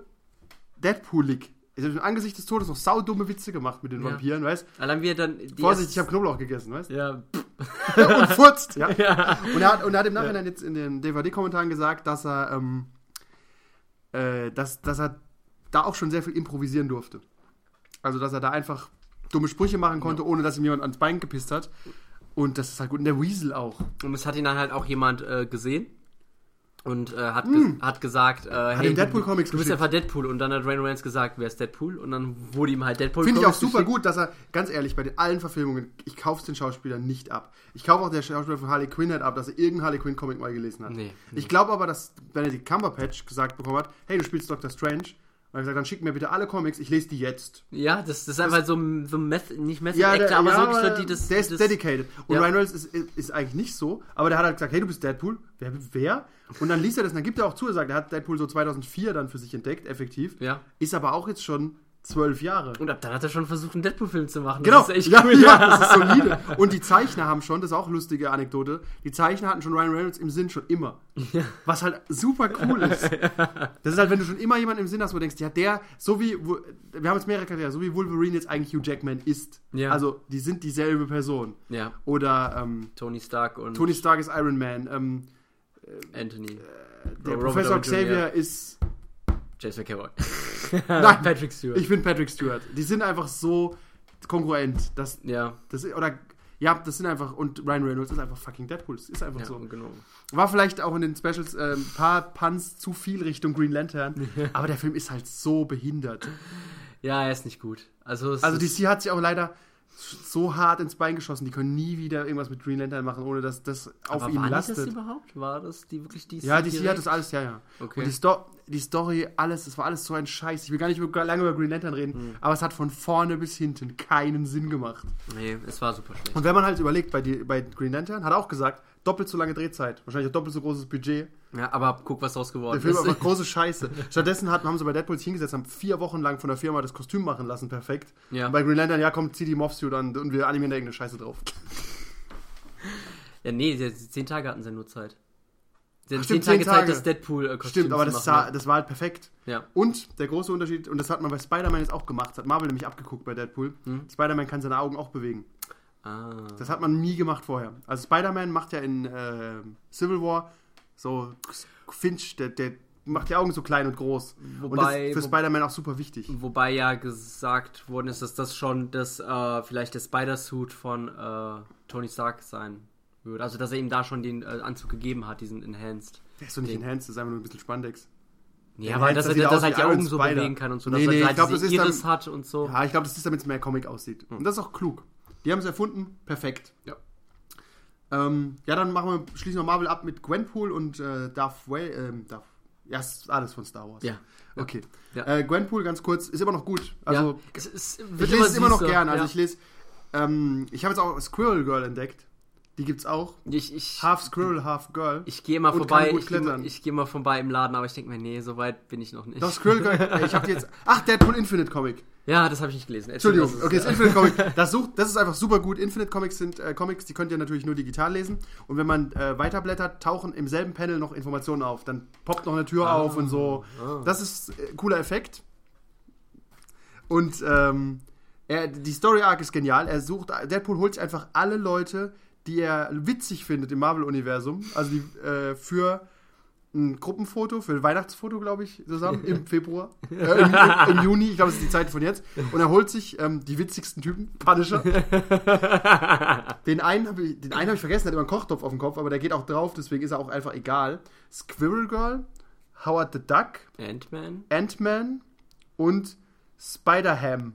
B: Deadpoolig. Er hat im Angesicht des Todes noch saudumme Witze gemacht mit den
A: Ja.
B: Vampiren, weißt
A: Allein wie er dann die
B: Vorsicht, ich habe Knoblauch gegessen, weißt
A: ja,
B: Und furzt, ja. Und, er hat, und er hat im Nachhinein jetzt in den DVD-Kommentaren gesagt, dass er, ähm, äh, dass, dass er da auch schon sehr viel improvisieren durfte. Also, dass er da einfach dumme Sprüche machen konnte, ohne dass ihm jemand ans Bein gepisst hat. Und das ist halt gut. Und der Weasel auch.
A: Und es hat ihn dann halt auch jemand äh, gesehen und äh, hat, ge hat gesagt, äh, hey,
B: Hm. ihm Deadpool-Comics
A: du, du bist
B: geschickt.
A: einfach Deadpool. Und dann hat Ryan Reynolds gesagt, wer ist Deadpool? Und dann wurde ihm halt Deadpool
B: Finde ich auch
A: Comics
B: super
A: geschickt.
B: gut, dass er, ganz ehrlich, bei den allen Verfilmungen, ich kauf's den Schauspielern nicht ab. Ich kaufe auch der Schauspieler von Harley Quinn nicht ab, dass er irgendeinen Harley Quinn Comic mal gelesen hat.
A: Nee,
B: Ich glaube aber, dass Benedict Cumberbatch gesagt bekommen hat, hey, du spielst Doctor Strange. Und er hat gesagt, dann schick mir bitte alle Comics, ich lese die jetzt.
A: Ja, das, das ist einfach so, ein- so ein Meth, nicht Method Actor,
B: der-
A: aber
B: ja,
A: so wirklich so die das...
B: der ist
A: das,
B: dedicated. Und
A: Ja.
B: Ryan Reynolds ist, ist, ist eigentlich nicht so, aber der hat halt gesagt, hey, du bist Deadpool. Wer? wer? Und dann liest er das und dann gibt er auch zu, er sagt, er hat Deadpool so 2004 dann für sich entdeckt, effektiv.
A: Ja.
B: Ist aber auch jetzt schon zwölf Jahre.
A: Und ab dann hat er schon versucht, einen Deadpool-Film zu machen.
B: Genau,
A: Das ist echt
B: ja,
A: cool.
B: ja, das ist solide. Und die Zeichner haben schon, das ist auch eine lustige Anekdote, die Zeichner hatten schon Ryan Reynolds im Sinn, schon immer. Was halt super cool ist. Das ist halt, wenn du schon immer jemanden im Sinn hast, wo du denkst, ja, der, so wie, wo- wir haben jetzt mehrere Charaktere, so wie Wolverine jetzt eigentlich Hugh Jackman ist.
A: Ja.
B: Also, die sind dieselbe Person.
A: Ja,
B: Oder ähm,
A: Tony Stark und
B: Tony Stark ist Iron Man, ähm,
A: Anthony.
B: der
A: Äh, Robert
B: Professor
A: Downey Jr.
B: Xavier ist,
A: James McAvoy.
B: Nein,
A: Patrick Stewart.
B: ich bin Patrick Stewart. Die sind einfach so kongruent, dass
A: ja,
B: Das i- oder ja, das sind einfach und Ryan Reynolds ist einfach fucking Deadpool. Das ist einfach
A: ja
B: so.
A: genau.
B: War vielleicht auch in den Specials äh, ein paar Puns zu viel Richtung Green Lantern, aber der Film ist halt so behindert.
A: Ja, er ist nicht gut. Also, es
B: Also
A: ist,
B: DC hat sich auch leider so hart ins Bein geschossen. Die können nie wieder irgendwas mit Green Lantern machen, ohne dass das auf
A: aber
B: ihm
A: war das
B: lastet.
A: überhaupt? War das die wirklich DC?
B: Ja, DC hat
A: direkt?
B: das alles, ja, ja.
A: Okay.
B: Und die, Sto die Story, alles, das war alles so ein Scheiß. Ich will gar nicht über, lange über Green Lantern reden,
A: Mhm.
B: aber es hat von vorne bis hinten keinen Sinn gemacht.
A: Nee, es war super schlecht.
B: Und wenn man halt überlegt, bei, die, bei Green Lantern hat er auch gesagt, doppelt so lange Drehzeit, wahrscheinlich auch doppelt so großes Budget.
A: Ja, aber guck, was draus geworden
B: Der Film
A: ist.
B: war einfach große Scheiße. Stattdessen hatten, haben sie bei Deadpool sich hingesetzt, haben vier Wochen lang von der Firma das Kostüm machen lassen, perfekt.
A: Ja.
B: Und bei Green Lantern, ja komm, zieh die Morphsuit an und wir animieren da irgendeine Scheiße drauf.
A: Ja, nee, sie- sie- zehn Tage hatten sie nur Zeit. Sie hatten zehn
B: stimmt,
A: Tage,
B: zehn
A: Zeit,
B: Tage.
A: das Deadpool-Kostüm
B: Stimmt, aber
A: zu
B: das,
A: machen.
B: sah, das war halt perfekt.
A: Ja.
B: Und der große Unterschied, und das hat man bei Spider-Man jetzt auch gemacht, das hat Marvel nämlich abgeguckt bei Deadpool.
A: Mhm.
B: Spider-Man kann seine Augen auch bewegen.
A: Ah.
B: Das hat man nie gemacht vorher. Also Spider-Man macht ja in äh, Civil War so Finch, der, der macht die Augen so klein und groß.
A: Wobei-
B: und das ist für
A: wo-
B: Spider-Man auch super wichtig.
A: Wobei ja gesagt worden ist, dass das schon das, äh, vielleicht der Spider-Suit von äh, Tony Stark sein würde. Also, dass er ihm da schon den äh, Anzug gegeben hat, diesen Enhanced.
B: Der ist so nicht enhanced, das ist einfach nur ein bisschen Spandex.
A: Ja, weil
B: Enhanced,
A: dass
B: das
A: er,
B: sieht
A: dass
B: aus
A: er halt
B: wie
A: die
B: Iron
A: Augen so
B: Spider.
A: bewegen kann und so. dass
B: Nee, nee,
A: er
B: ich
A: halt
B: glaub,
A: diese
B: das ist
A: Iris
B: dann-
A: hat und so.
B: Ja, Ah, ich glaube, das ist, damit es mehr Comic aussieht.
A: Hm.
B: Und das ist auch klug. Die haben es erfunden, perfekt. Ja. Ähm, ja, dann machen wir, schließen wir Marvel ab mit Gwenpool und äh, Darth Way. Ähm, Darth, ja, ist alles von Star Wars.
A: Ja.
B: Okay.
A: Ja.
B: Äh, Gwenpool, ganz kurz, ist immer noch gut. Also,
A: ja. es, es
B: ich
A: wird
B: lese es immer noch
A: süßer.
B: gern. Also,
A: ja.
B: ich lese. Ähm, ich habe jetzt auch Squirrel Girl entdeckt. Die gibt's auch.
A: ich, ich,
B: Half Squirrel, Half Girl.
A: ich gehe mal
B: und
A: vorbei.
B: Kann gut
A: Ich, geh mal-
B: klettern.
A: ich gehe mal vorbei im Laden, aber ich denke mir, nee, so weit bin ich noch nicht.
B: Doch, Squirrel Girl. äh, ich habe jetzt. Ach, Deadpool Infinite Comic.
A: ja, das habe ich nicht gelesen. Erzähl,
B: Entschuldigung,
A: was es
B: okay,
A: ist.
B: das Infinite Comic. Das, sucht, das ist einfach super gut. Infinite Comics sind äh, Comics, die könnt ihr natürlich nur digital lesen. Und wenn man äh, weiterblättert, tauchen im selben Panel noch Informationen auf. Dann poppt noch eine Tür
A: Ah.
B: auf und so. Das ist äh, ein cooler Effekt. Und ähm, er, die Story Arc ist genial. Er sucht, Deadpool holt sich einfach alle Leute, die er witzig findet im Marvel-Universum. Also die, äh, für ein Gruppenfoto, für ein Weihnachtsfoto, glaube ich, zusammen im Februar. Äh, im, im, Im Juni, ich glaube, das ist die Zeit von jetzt. Und er holt sich ähm, die witzigsten Typen, Punisher. Den einen habe ich, den einen hab ich vergessen, der hat immer einen Kochtopf auf dem Kopf, aber der geht auch drauf, deswegen ist er auch einfach egal. Squirrel Girl, Howard the Duck,
A: Ant-Man?
B: Ant-Man und Spider-Ham.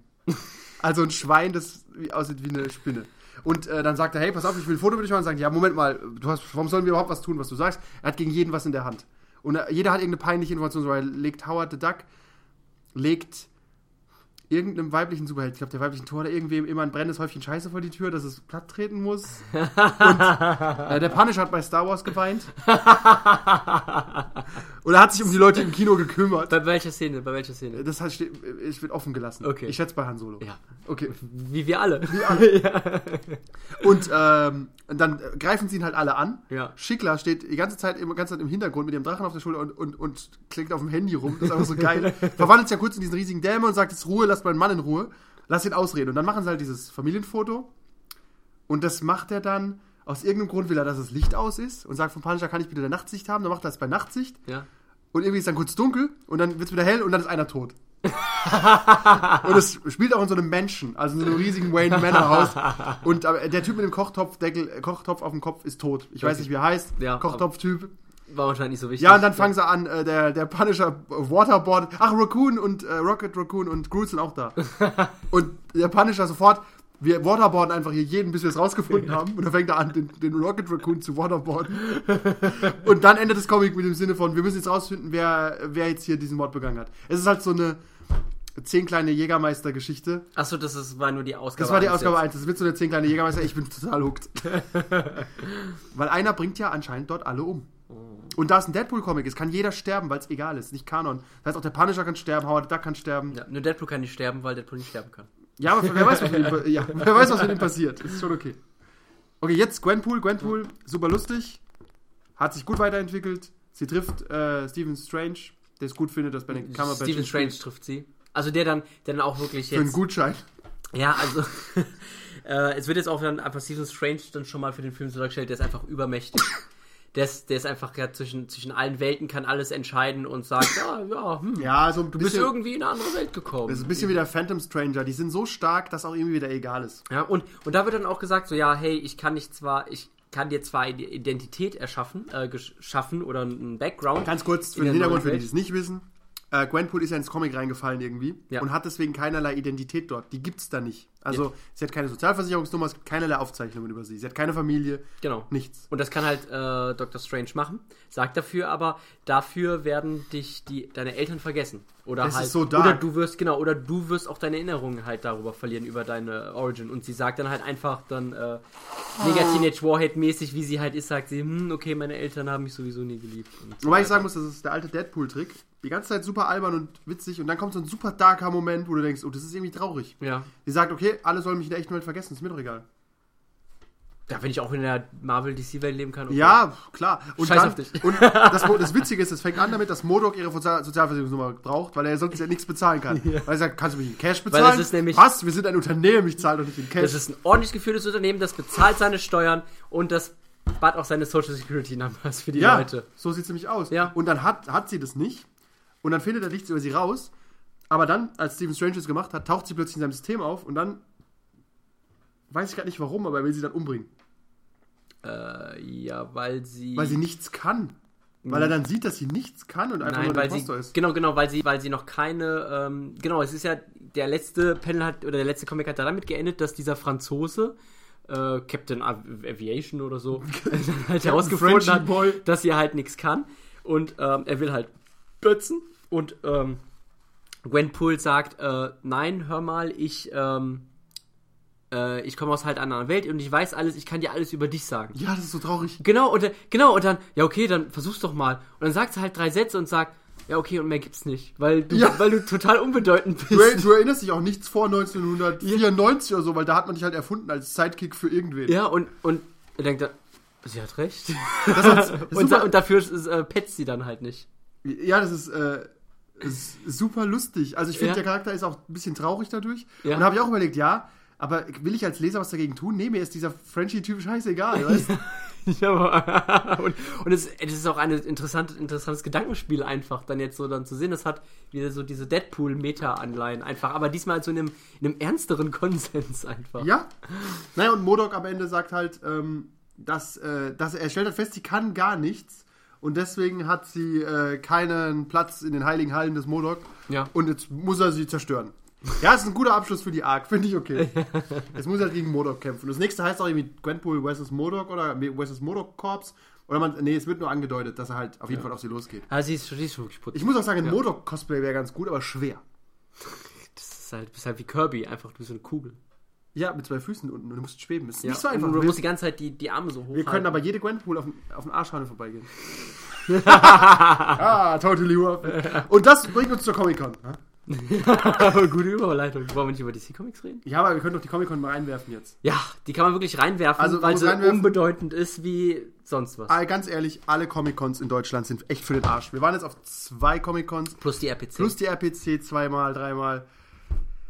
B: Also ein Schwein, das wie- aussieht wie eine Spinne. Und äh, dann sagt er, hey, pass auf, ich will ein Foto mit dich machen. Und sagen, die, ja, Moment mal, du hast, warum sollen wir überhaupt was tun, was du sagst? Er hat gegen jeden was in der Hand. Und äh, jeder hat irgendeine peinliche Information. So, er legt Howard the Duck, legt irgendeinem weiblichen Superheld, ich glaube, der weiblichen Tor oder irgendwem immer ein brennendes Häufchen Scheiße vor die Tür, dass es platt treten muss. Und äh, der Punisher hat bei Star Wars geweint. Und er hat sich um die Leute im Kino gekümmert.
A: Bei welcher Szene? Bei welcher Szene?
B: Das heißt, steht- es wird offen gelassen.
A: Okay.
B: Ich schätze bei Han Solo.
A: Ja.
B: Okay.
A: Wie wir alle.
B: Und ähm, dann äh, greifen sie ihn halt alle an.
A: Ja.
B: Schickler steht die ganze Zeit, im, ganze Zeit im Hintergrund mit dem Drachen auf der Schulter und, und, und klingt auf dem Handy rum. Das ist einfach so geil. Verwandelt sich ja kurz in diesen riesigen Dämon und sagt, jetzt Ruhe, lasst meinen Mann in Ruhe. Lass ihn ausreden. Und dann machen sie halt dieses Familienfoto. Und das macht er dann, aus irgendeinem Grund will er, dass das Licht aus ist. Und sagt vom Punisher, kann ich bitte eine Nachtsicht haben? Dann macht er das bei Nachtsicht.
A: Ja.
B: Und irgendwie ist dann kurz dunkel und dann wird es wieder hell und dann ist einer tot. und es spielt auch in so einem Mansion, also in so einem riesigen Wayne Manor Haus. Und äh, der Typ mit dem Kochtopfdeckel, äh, Kochtopf auf dem Kopf ist tot. Ich weiß nicht, wie er heißt.
A: Ja,
B: Kochtopftyp.
A: War wahrscheinlich nicht so wichtig.
B: Ja, und dann fangen sie an, äh, der, der Punisher äh, Waterboard. Ach, Raccoon und äh, Rocket Raccoon und Groot sind auch da. und der Punisher sofort, wir waterboarden einfach hier jeden, bis wir es rausgefunden haben. Und dann fängt er an, den, den Rocket Raccoon zu waterboarden. und dann endet das Comic mit dem Sinne von, wir müssen jetzt rausfinden, wer, wer jetzt hier diesen Mord begangen hat. Es ist halt so eine zehn kleine Jägermeister-Geschichte.
A: Achso, das ist, war nur die Ausgabe.
B: Das war die
A: eins
B: Ausgabe
A: jetzt.
B: 1. Das wird so eine zehn kleine Jägermeister. Ich bin total hooked. weil einer bringt ja anscheinend dort alle um. Und da es ein Deadpool-Comic ist, kann jeder sterben, weil es egal ist. Nicht Kanon. Das heißt, auch der Punisher kann sterben, Howard the Duck kann sterben. Ja,
A: Ja, nur Deadpool kann nicht sterben, weil Deadpool nicht sterben kann.
B: aber wer weiß, was mit ihm, pa- ja, wer weiß, was mit ihm passiert. Ist schon okay. Okay, jetzt Gwenpool. Gwenpool, super lustig. Hat sich gut weiterentwickelt. Sie trifft äh, Stephen Strange, der es gut findet, dass Benedict Cumberbatch
A: Stephen
B: ihn
A: Strange
B: spielt.
A: trifft sie. Also der dann, der dann auch wirklich
B: für einen
A: jetzt.
B: Gutschein.
A: Ja, also. äh, es wird jetzt auch dann einfach Stephen Strange dann schon mal für den Film so dargestellt, der ist einfach übermächtig. Der ist, der ist einfach ja, zwischen, zwischen allen Welten, kann alles entscheiden und sagt, ja, ja, hm,
B: Ja, so ein
A: du bist
B: bisschen,
A: irgendwie in eine andere Welt gekommen.
B: das ist ein bisschen wie der Phantom Stranger. Die sind so stark, dass auch irgendwie wieder egal ist.
A: Ja, und, und da wird dann auch gesagt, so, ja, hey, ich kann dich zwar, ich kann dir zwar eine Identität erschaffen, äh, geschaffen oder einen Background.
B: Ganz kurz für
A: in
B: den
A: der
B: Hintergrund, für
A: neuen
B: die die es nicht wissen. Äh, Gwenpool ist ja ins Comic reingefallen irgendwie
A: Ja.
B: und hat deswegen keinerlei Identität dort. Die gibt's da nicht. Also sie hat keine Sozialversicherungsnummer, es gibt keinerlei Aufzeichnungen über sie. Sie hat keine Familie,
A: Genau.
B: nichts.
A: Und das kann halt äh, Dr. Strange machen. Sagt dafür aber, dafür werden dich die, deine Eltern vergessen. Oder
B: Das
A: halt.
B: ist so dark.
A: oder du wirst, genau, oder du wirst auch deine Erinnerungen halt darüber verlieren, über deine Origin. Und sie sagt dann halt einfach dann äh, mega Teenage Warhead-mäßig, wie sie halt ist, sagt sie, hm, okay, meine Eltern haben mich sowieso nie geliebt. Und so
B: Wobei ich
A: weiter.
B: sagen muss, das ist der alte Deadpool-Trick. Die ganze Zeit super albern und witzig und dann kommt so ein super darker Moment, wo du denkst, oh, das ist irgendwie traurig.
A: Ja.
B: Sie sagt, okay, alle sollen mich in der echten Welt vergessen, ist mir doch egal.
A: Da wenn ich auch in der Marvel DC Welt leben kann. okay.
B: Ja, klar. Und
A: Scheiß
B: dann,
A: auf dich.
B: Und das, Mo- das Witzige ist, es fängt an damit, dass Modok ihre Sozial Sozialversicherungsnummer braucht, weil er sonst ja nichts bezahlen kann. Weil er sagt, kannst du mich in Cash bezahlen?
A: das ist nämlich-
B: Was? Wir sind ein Unternehmen, ich zahle doch nicht in Cash.
A: Das ist ein ordentlich geführtes Unternehmen, das bezahlt seine Steuern und das bat auch seine Social Security Numbers für die
B: ja,
A: Leute.
B: so sieht es nämlich aus.
A: Ja.
B: Und dann hat, hat sie das nicht und dann findet er nichts über sie raus. Aber dann, als Stephen Strange es gemacht hat, taucht sie plötzlich in seinem System auf und dann weiß ich gerade nicht warum, aber er will sie dann umbringen.
A: Äh, ja, weil sie.
B: Weil sie nichts kann. Weil er dann sieht, dass sie nichts kann und einfach
A: Nein,
B: nur ein
A: weil sie,
B: Impostor ist.
A: genau, genau, weil sie, weil sie noch keine, ähm, genau, es ist ja, der letzte Panel hat, oder der letzte Comic hat damit geendet, dass dieser Franzose, äh, Captain Av- Aviation oder so, dann halt herausgefunden
B: Frenchy
A: hat,
B: Boy.
A: dass sie halt nichts kann und ähm, er will halt plötzen und ähm, Gwenpool sagt, äh, nein, hör mal, ich, ähm, äh, ich komme aus halt einer anderen Welt und ich weiß alles, ich kann dir alles über dich sagen.
B: Ja, das ist so traurig.
A: Genau, und, dann- genau, und dann, ja, okay, dann versuch's doch mal. Und dann sagt sie halt drei Sätze und sagt, ja, okay, und mehr gibt's nicht, weil du,
B: Ja.
A: weil du total unbedeutend
B: Du,
A: bist.
B: du erinnerst dich auch nichts vor 1994 oder so, weil da hat man dich halt erfunden als Sidekick für irgendwen.
A: Ja, und, und er denkt dann, sie hat recht. und,
B: super.
A: sa- und dafür ist, ist, äh, petzt sie dann halt nicht.
B: Ja, das ist, äh, ist super lustig. Also ich finde,
A: Ja.
B: der Charakter ist auch ein bisschen traurig dadurch.
A: Ja.
B: Und habe ich auch überlegt, ja, aber will ich als Leser was dagegen tun? Nee, mir ist dieser Frenchie-Typ scheißegal. Weißt? du?
A: Ja, aber- und und es, es ist auch ein interessante, interessantes Gedankenspiel einfach, dann jetzt so dann zu sehen. Das hat wieder so diese Deadpool-Meta-Anleihen einfach, aber diesmal halt so in einem, in einem ernsteren Konsens einfach.
B: ja. Naja, und Modok am Ende sagt halt, ähm, dass, äh, dass er stellt halt fest, sie kann gar nichts. Und deswegen hat sie äh, keinen Platz in den heiligen Hallen des Modok.
A: Ja.
B: Und jetzt muss er sie zerstören. Ja, ist ein guter Abschluss für die Arc, finde ich okay. Jetzt muss er halt gegen Modok kämpfen. Das nächste heißt auch irgendwie Gwenpool vs. Modok oder vs. Modok Corps. Oder man, nee, es wird nur angedeutet, dass er halt auf jeden Fall auf sie losgeht.
A: Ah, sie ist, sie ist wirklich putzig.
B: Ich muss auch sagen, ein Modok-Cosplay wäre ganz gut, aber schwer.
A: Das ist halt, bist halt wie Kirby, einfach du bist so eine Kugel.
B: Ja, mit zwei Füßen unten und du musst schweben. Ist
A: Ja,
B: nicht so einfach.
A: und Du
B: Wir,
A: musst die ganze Zeit die, die Arme so hoch.
B: wir können aber jede Gwenpool auf den, auf den Arschhahn vorbeigehen. ah, totally worth it. Und das bringt uns zur Comic-Con. ne?
A: aber gute Überleitung. Wollen wir nicht über DC Comics reden?
B: Ja, aber wir können doch die Comic-Con mal reinwerfen jetzt.
A: Ja, die kann man wirklich reinwerfen,
B: Also,
A: weil
B: muss
A: sie
B: reinwerfen.
A: unbedeutend ist wie sonst was.
B: Ah, ganz ehrlich, alle Comic-Cons in Deutschland sind echt für den Arsch. Wir waren jetzt auf zwei Comic-Cons,
A: Plus die RPC.
B: plus die RPC zweimal, dreimal.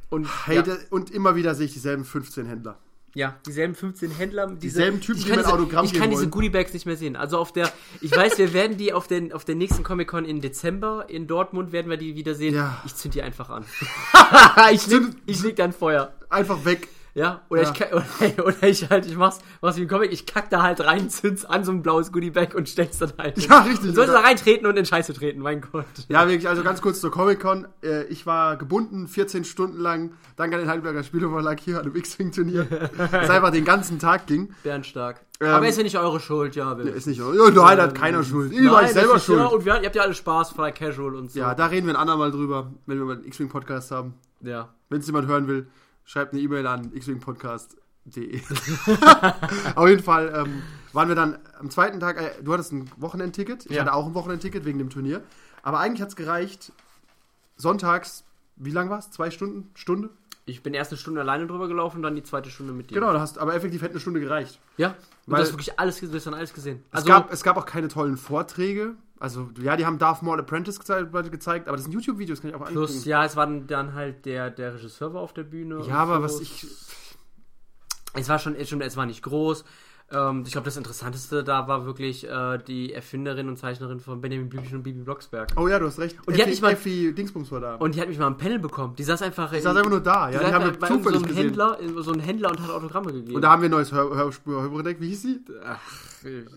A: und
B: Hey,
A: ja,
B: da- Und immer wieder sehe ich dieselben 15 Händler.
A: ja, dieselben 15 Händler, diese,
B: Dieselben Typen,
A: ich
B: die
A: kann
B: mein
A: diese,
B: Autogramm
A: Ich
B: geben
A: kann diese
B: wollen.
A: Goodie Bags nicht mehr sehen. Also auf der, ich weiß, wir werden die auf den auf der nächsten Comic Con in Dezember in Dortmund werden wir die wieder sehen.
B: Ja.
A: Ich zünd die einfach an. ich leg, ich leg dann Feuer.
B: Einfach weg.
A: Ja, oder
B: Ja.
A: ich ka- oder, oder ich halt, ich mach's, mach's wie im Comic, ich kack da halt rein, zünd's an so ein blaues Goodie-Bag und stell's dann halt.
B: Ja, richtig,
A: Du sollst da
B: oder?
A: reintreten und in Scheiße treten, mein Gott.
B: Ja, wirklich, also ganz kurz zur Comic-Con. Äh, ich war gebunden, 14 Stunden lang, dank an den Heidelberger Spieleverlag hier an einem X-Wing-Turnier. das einfach den ganzen Tag ging.
A: Bärenstark. Aber ist ja nicht eure Schuld, ja. Wir,
B: Ähm, Ist nicht, oh, nein, hat keiner Schuld. Ich war ich
A: Ähm, das
B: selber
A: ist- Ja,
B: schuld.
A: und wir, ihr habt ja alle Spaß, frei casual und so.
B: Ja, da reden wir ein andermal drüber, wenn wir mal einen X-Wing-Podcast haben.
A: ja.
B: Wenn es jemand hören will, schreibt eine E-Mail an xwingpodcast.de. Auf jeden Fall ähm, waren wir dann am zweiten Tag, äh, du hattest ein Wochenendticket, ich
A: Ja.
B: hatte auch ein Wochenendticket wegen dem Turnier. Aber eigentlich hat es gereicht, sonntags, wie lang war es? Zwei Stunden? Stunde?
A: Ich bin erst eine Stunde alleine drüber gelaufen, dann die zweite Stunde mit dir.
B: Genau, da hast, aber effektiv hätte eine Stunde gereicht.
A: Ja. Und
B: Weil-
A: du hast wirklich alles, gesehen, du hast dann alles gesehen.
B: Es,
A: Also,
B: gab, es gab auch keine tollen Vorträge. Also, ja, die haben Darth Maul Apprentice gezeigt, gezeigt aber das sind YouTube-Videos, kann ich auch
A: plus,
B: angucken.
A: ja, es war dann- dann halt der, der Regisseur war auf der Bühne. und
B: Hm. Ja, aber
A: so.
B: was ich.
A: Es war schon, es stimmt, es war nicht groß. Ähm, ich glaube, das Interessanteste da war wirklich äh, die Erfinderin und Zeichnerin von Benjamin Blümchen und Bibi Blocksberg.
B: Oh ja, du hast recht.
A: Und die hat nicht mal-
B: Effi Dingsbums war da.
A: Und die hat mich mal im Panel bekommen. Die saß einfach. Die
B: saß einfach nur da, ja.
A: Die
B: Die haben wir
A: haben bei so
B: zufällig
A: einem
B: gesehen.
A: Händler, in so einem Händler und hat Autogramme gegeben.
B: Und da haben wir ein neues Hör- Hör- Hörbuch entdeckt. Wie hieß sie?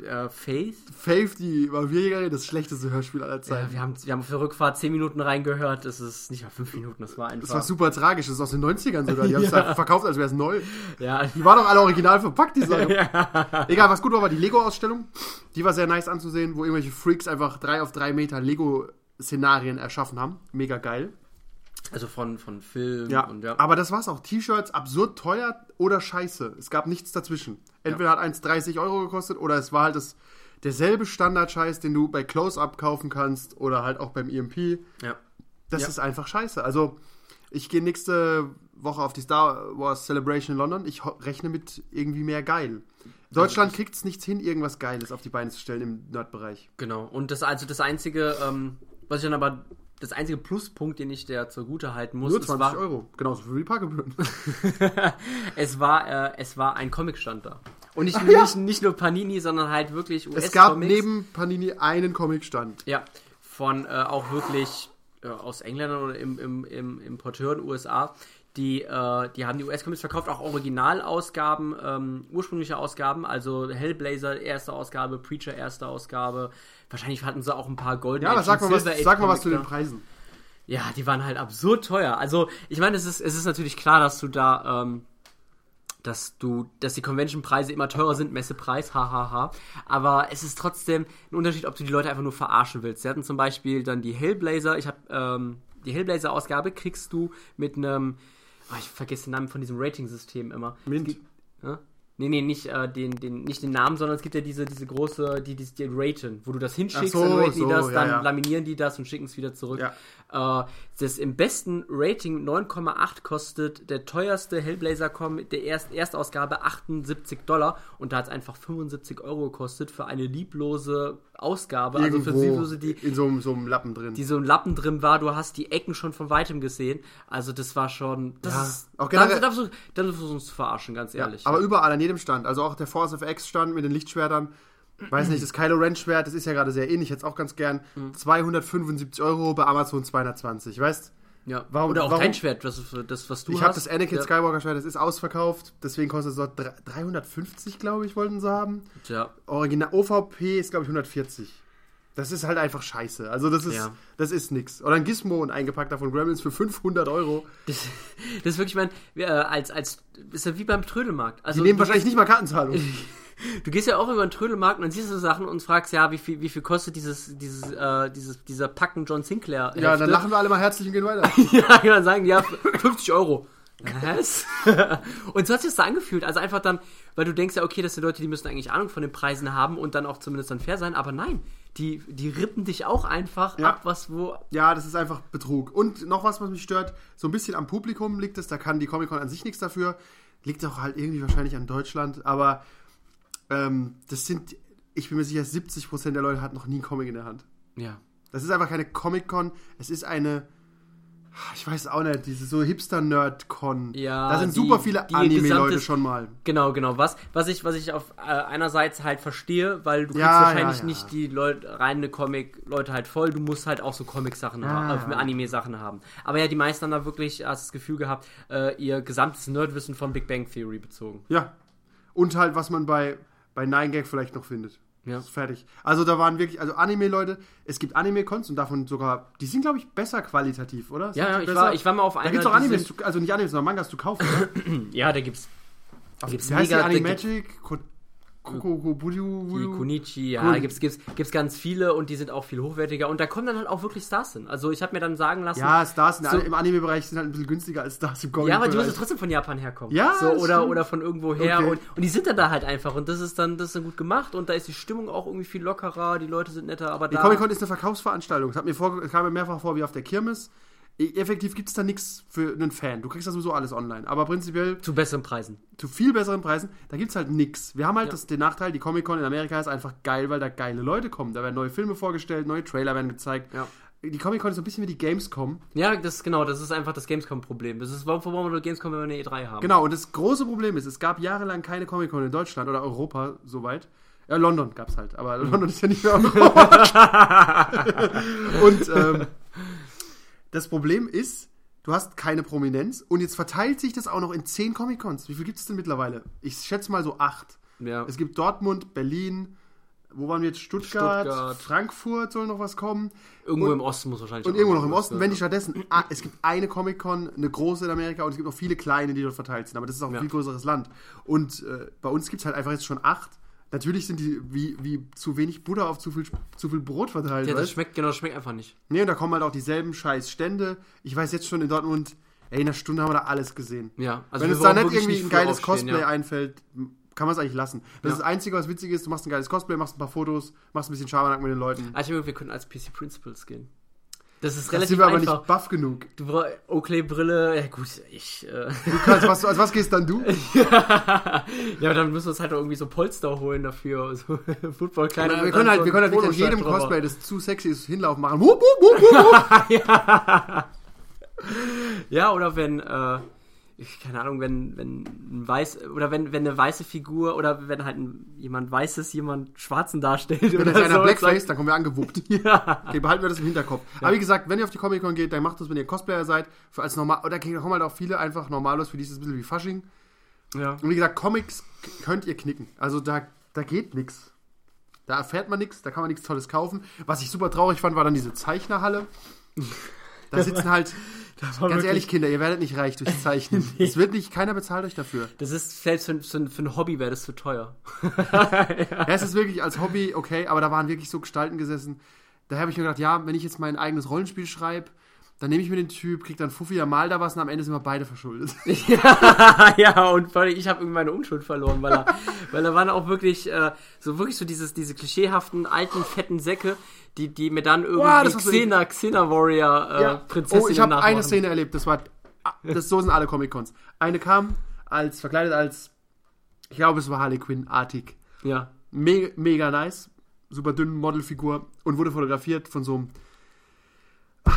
A: Äh, Faith?
B: Faith, die Vampirjägerin, das schlechteste Hörspiel aller
A: Ja,
B: Zeiten.
A: wir, haben, wir haben auf der Rückfahrt 10 Minuten reingehört. Es ist nicht mal 5 Minuten, das war einfach.
B: das war super tragisch, das ist aus den 90ern sogar. Die haben es halt verkauft, als wäre es neu.
A: Ja,
B: Die waren doch alle original verpackt, die Sachen. Egal, was gut war, war die Lego-Ausstellung. Die war sehr nice anzusehen, wo irgendwelche Freaks einfach drei auf drei Meter Lego-Szenarien erschaffen haben. Mega geil.
A: also von, von Film
B: Ja.
A: und ja.
B: Aber das war's auch. T-Shirts absurd teuer oder scheiße. Es gab nichts dazwischen. Entweder hat eins 30 Euro gekostet oder es war halt das, derselbe Standard-Scheiß, den du bei Close-Up kaufen kannst oder halt auch beim EMP.
A: ja.
B: Das
A: Ja.
B: ist einfach scheiße. Also, ich gehe nächste Woche auf die Star Wars Celebration in London. Ich ho- rechne mit irgendwie mehr geil. Deutschland kriegt es nichts hin, irgendwas Geiles auf die Beine zu stellen im Nerdbereich.
A: Genau. Und das also das einzige, ähm, was ich dann aber das einzige Pluspunkt, den ich der zugute halten muss,
B: Nur
A: es
B: 20
A: war,
B: Euro. Genau, Genauso für die Parkgebühren.
A: es war, äh, es war ein Comicstand da. Und nicht,
B: ja.
A: nicht, nicht nur Panini, sondern halt wirklich US-Comics.
B: es gab neben Panini einen Comicstand.
A: Ja, von äh, auch wirklich äh, aus Engländern oder im, im, im Importeuren USA. Die, äh, die haben die US-Comics verkauft, auch Originalausgaben, ähm, ursprüngliche Ausgaben, also Hellblazer erste Ausgabe, Preacher erste Ausgabe. Wahrscheinlich hatten sie auch ein paar Golden
B: Ja, aber
A: Age
B: sag
A: und
B: mal was,
A: Silver Age
B: sag mal
A: Comics
B: was zu
A: da.
B: den Preisen.
A: Ja, die waren halt absurd teuer. Also, ich meine, es ist, es ist natürlich klar, dass du da, ähm, dass du, dass die Convention-Preise immer teurer sind, Messepreis, hahaha. Aber es ist trotzdem ein Unterschied, ob du die Leute einfach nur verarschen willst. Sie hatten zum Beispiel dann die Hellblazer, ich habe ähm, die Hellblazer-Ausgabe kriegst du mit einem, oh, ich vergesse den Namen von diesem Rating-System immer.
B: Mint.
A: Ja? Nee, nee, nicht, äh, den, den, nicht den Namen, sondern es gibt ja diese, diese große, die, die, die raten, wo du das hinschickst,
B: Ach so,
A: dann raten
B: so,
A: die das,
B: ja,
A: dann
B: ja.
A: laminieren die das und schicken es wieder zurück. Äh, das im besten Rating 9,8 kostet der teuerste Hellblazer.com der Erst Erstausgabe 78 Dollar und da hat es einfach 75 Euro gekostet für eine lieblose Ausgabe, also für lieblose, die
B: in so, einem- so einem Lappen drin.
A: die so ein Lappen drin war, du hast die Ecken schon von weitem gesehen. Also das war schon. Das
B: Ja,
A: ist.
B: auch
A: da,
B: generell-
A: da, versuch- da versuchst du uns zu verarschen, ganz
B: Ja,
A: ehrlich.
B: aber überall an jedem Stand. Also auch der Force of X stand mit den Lichtschwertern. Weiß nicht, das Kylo Ren Schwert, das ist ja gerade sehr ähnlich, jetzt auch ganz gern.
A: Mhm.
B: 275 Euro bei Amazon 220, weißt?
A: Ja.
B: Warum-
A: Oder auch
B: warum-
A: dein Schwert, das, das was du
B: Ich
A: hast.
B: habe das Anakin
A: ja,
B: Skywalker Schwert, das ist ausverkauft, deswegen kostet es dort dr- 350, glaube ich, wollten sie haben.
A: Ja.
B: Original OVP ist glaube ich 140. Das ist halt einfach scheiße. Also das ist
A: Ja.
B: das ist nix. Oder ein Gizmo und eingepackter von Gremlins für 500 Euro.
A: Das, das ist wirklich, ich meine, wir, äh, als, als, ist ja wie beim Trödelmarkt. Also,
B: Die nehmen
A: du,
B: wahrscheinlich nicht mal Kartenzahlung.
A: du gehst ja auch über den Trödelmarkt und dann siehst du Sachen und fragst, ja, wie viel, wie viel kostet dieses, dieses, äh, dieses, dieser Packen John Sinclair?
B: Ja, dann lachen wir alle mal herzlich und gehen weiter.
A: Ja, dann sagen die, ja, 50 Euro. Was? und so hat sich das da angefühlt. Also einfach dann, weil du denkst ja, okay, das sind Leute, die müssen eigentlich Ahnung von den Preisen haben und dann auch zumindest dann fair sein, aber nein, die, die rippen dich auch einfach
B: Ja.
A: ab, was wo.
B: Ja, das ist einfach Betrug. Und noch was, was mich stört, so ein bisschen am Publikum liegt es, da kann die Comic-Con an sich nichts dafür, liegt auch halt irgendwie wahrscheinlich an Deutschland, aber ähm, das sind, ich bin mir sicher, 70% der Leute hat noch nie einen Comic in der Hand.
A: Ja.
B: Das ist einfach keine Comic-Con, es ist eine, ich weiß auch nicht, diese so Hipster-Nerd-Con.
A: Ja,
B: Da sind
A: die-
B: super viele
A: die
B: Anime-Leute
A: gesamtes-
B: schon mal.
A: Genau, genau. Was, was ich, was ich auf äh, einerseits halt verstehe, weil du kriegst
B: Ja,
A: wahrscheinlich
B: ja, ja.
A: nicht die Leute, reine Comic-Leute halt voll. Du musst halt auch so Comic-Sachen haben, äh,
B: ja.
A: Anime-Sachen haben. Aber ja, die meisten haben da wirklich hast das Gefühl gehabt, äh, ihr gesamtes Nerdwissen von Big Bang Theory bezogen.
B: Ja. Und halt, was man bei, bei Nine Gag vielleicht noch findet.
A: Ja.
B: Ist fertig. Also da waren wirklich, also Anime-Leute, es gibt Anime-Cons und davon sogar, die sind, glaube ich, besser qualitativ, oder?
A: Ja,
B: Sind
A: ja,
B: die
A: ich
B: besser?
A: war- ich war mal auf
B: Da
A: einer,
B: gibt es auch
A: die
B: Animes,
A: sind-
B: zu, also nicht Animes, sondern Mangas zu kaufen.
A: Ja, da gibt's
B: Auf-
A: gibt's
B: Wie heißt die
A: mega-
B: Animagic? Ko- Koko-
A: die
B: Budu- Budu-
A: Kunichi, ja,
B: Kun-
A: da gibt's, gibt's, gibt's ganz viele und die sind auch viel hochwertiger. Und da kommen dann halt auch wirklich Stars hin. Also ich habe mir dann sagen lassen,
B: Ja, Stars in,
A: So-
B: im Anime-Bereich sind halt ein bisschen günstiger als Stars im Comic.
A: Ja, aber die müssen trotzdem von Japan herkommen.
B: Ja,
A: so,
B: das
A: oder,
B: stimmt.
A: oder von irgendwo her.
B: Okay.
A: Und, und die sind dann da halt einfach. Und das ist dann, das ist dann gut gemacht. Und da ist die Stimmung auch irgendwie viel lockerer. Die Leute sind netter. Aber
B: Die
A: da.
B: Comic-Con ist eine Verkaufsveranstaltung. Es hat mir vor, kam mir mehrfach vor wie auf der Kirmes. E- Effektiv gibt es da nichts für einen Fan. Du kriegst da sowieso alles online. Aber prinzipiell
A: zu besseren Preisen.
B: zu viel besseren Preisen, da gibt's halt nix. Wir haben halt das, den Nachteil, die Comic-Con in Amerika ist einfach geil, weil da geile Leute kommen. Da werden neue Filme vorgestellt, neue Trailer werden gezeigt.
A: Ja.
B: Die Comic-Con ist so ein bisschen wie die Gamescom.
A: Ja, das genau. Das ist einfach das Gamescom-Problem. Das ist, warum warum wollen wir nur Gamescom, wenn wir eine E3 haben?
B: Genau, und das große Problem ist, es gab jahrelang keine Comic-Con in Deutschland oder Europa, soweit. Ja, London gab's halt, aber London ist ja nicht mehr Europa. und ähm, das Problem ist, du hast keine Prominenz und jetzt verteilt sich das auch noch in zehn Comic-Cons. Wie viel gibt's denn mittlerweile? Ich schätze mal so acht.
A: Ja.
B: Es gibt Dortmund, Berlin, wo waren wir jetzt? Stuttgart,
A: Stuttgart.
B: Frankfurt soll noch was kommen.
A: Irgendwo
B: Und-
A: im Osten muss wahrscheinlich
B: Und
A: auch
B: irgendwo noch
A: was ne?
B: im Osten,
A: sein.
B: wenn nicht stattdessen. Ah, es gibt eine Comic-Con, eine große in Amerika und es gibt auch viele kleine, die dort verteilt sind. Aber das ist auch ein
A: Ja.
B: viel größeres Land. Und äh, bei uns gibt es halt einfach jetzt schon acht. Natürlich sind die wie, wie zu wenig Butter auf zu viel, zu viel Brot verteilt.
A: Ja, das
B: weißt?
A: schmeckt, genau, das schmeckt einfach nicht.
B: Nee, und da kommen halt auch dieselben scheiß Stände. Ich weiß jetzt schon in Dortmund, ey, in einer Stunde haben wir da alles gesehen.
A: Ja, also
B: Wenn
A: wir
B: uns da
A: brauchen
B: nicht
A: wirklich
B: irgendwie
A: nicht
B: ein
A: früh
B: geiles
A: aufstehen,
B: Cosplay
A: ja.
B: einfällt, kann man es eigentlich lassen.
A: Ja.
B: Das ist das Einzige, was witzig ist, du machst ein geiles Cosplay, machst ein paar Fotos, machst ein bisschen Schabernack mit den Leuten.
A: Also ich denke, wir können als PC Principles gehen. Das ist
B: Das
A: relativ
B: sind wir aber
A: einfach.
B: nicht buff genug.
A: Du brauchst Oakley-Brille, ja gut, ich. Äh,
B: Als was, als was gehst dann du?
A: ja, dann müssen wir uns halt irgendwie so Polster holen dafür, so Footballkleider.
B: wir,
A: und
B: können
A: dann
B: halt,
A: so
B: wir können halt
A: ein
B: wirklich an jedem
A: Poloshirt
B: Cosplay,
A: drüber.
B: das zu sexy ist, hinlaufen machen. Wupp, wupp, wupp, wupp, wupp.
A: Ja, oder wenn, äh, ich, keine Ahnung, wenn, wenn ein weiß, oder wenn, wenn eine weiße Figur oder wenn halt ein, jemand Weißes jemand Schwarzen darstellt
B: Wenn
A: oder
B: das einer
A: so.
B: Blackface, dann kommen wir angewuppt.
A: ja.
B: Okay, behalten wir das im Hinterkopf. Aber wie gesagt, wenn ihr auf die Comic-Con geht, dann macht das, wenn ihr Cosplayer seid. Für als normal, oder okay, da kommen halt auch viele einfach normalos, für die ist es ein bisschen wie Fasching.
A: ja.
B: Und wie gesagt, Comics k- könnt ihr knicken. Also da, da geht nichts. Da erfährt man nichts, da kann man nichts Tolles kaufen. Was ich super traurig fand, war dann diese Zeichnerhalle. Da sitzen halt, ganz ehrlich, Kinder, ihr werdet nicht reich durchs Zeichnen. Es wird nicht, keiner bezahlt euch dafür.
A: Das ist, selbst für, für, für ein Hobby wäre das zu teuer.
B: Ja, es ist wirklich als Hobby okay, aber da waren wirklich so Gestalten gesessen. Da habe ich mir gedacht, ja, wenn ich jetzt mein eigenes Rollenspiel schreibe, dann nehme ich mir den Typ, krieg dann Fuffi, ja, mal da was und am Ende sind wir beide verschuldet.
A: Ah ja, und vor allem, ich habe irgendwie meine Unschuld verloren, weil er, weil da waren auch wirklich, äh, so wirklich so dieses, diese klischeehaften, alten, fetten Säcke, die, die mir dann irgendwie
B: Wow, das war so
A: Xena, Xena Warrior äh,
B: Ja.
A: Prinzessin
B: oh, ich habe eine Szene erlebt, das war, das, so sind alle Comic-Cons. Eine kam als, verkleidet als, ich glaube, es war Harley Quinn-artig.
A: Ja.
B: Me mega nice, super dünne Modelfigur und wurde fotografiert von so einem, ah,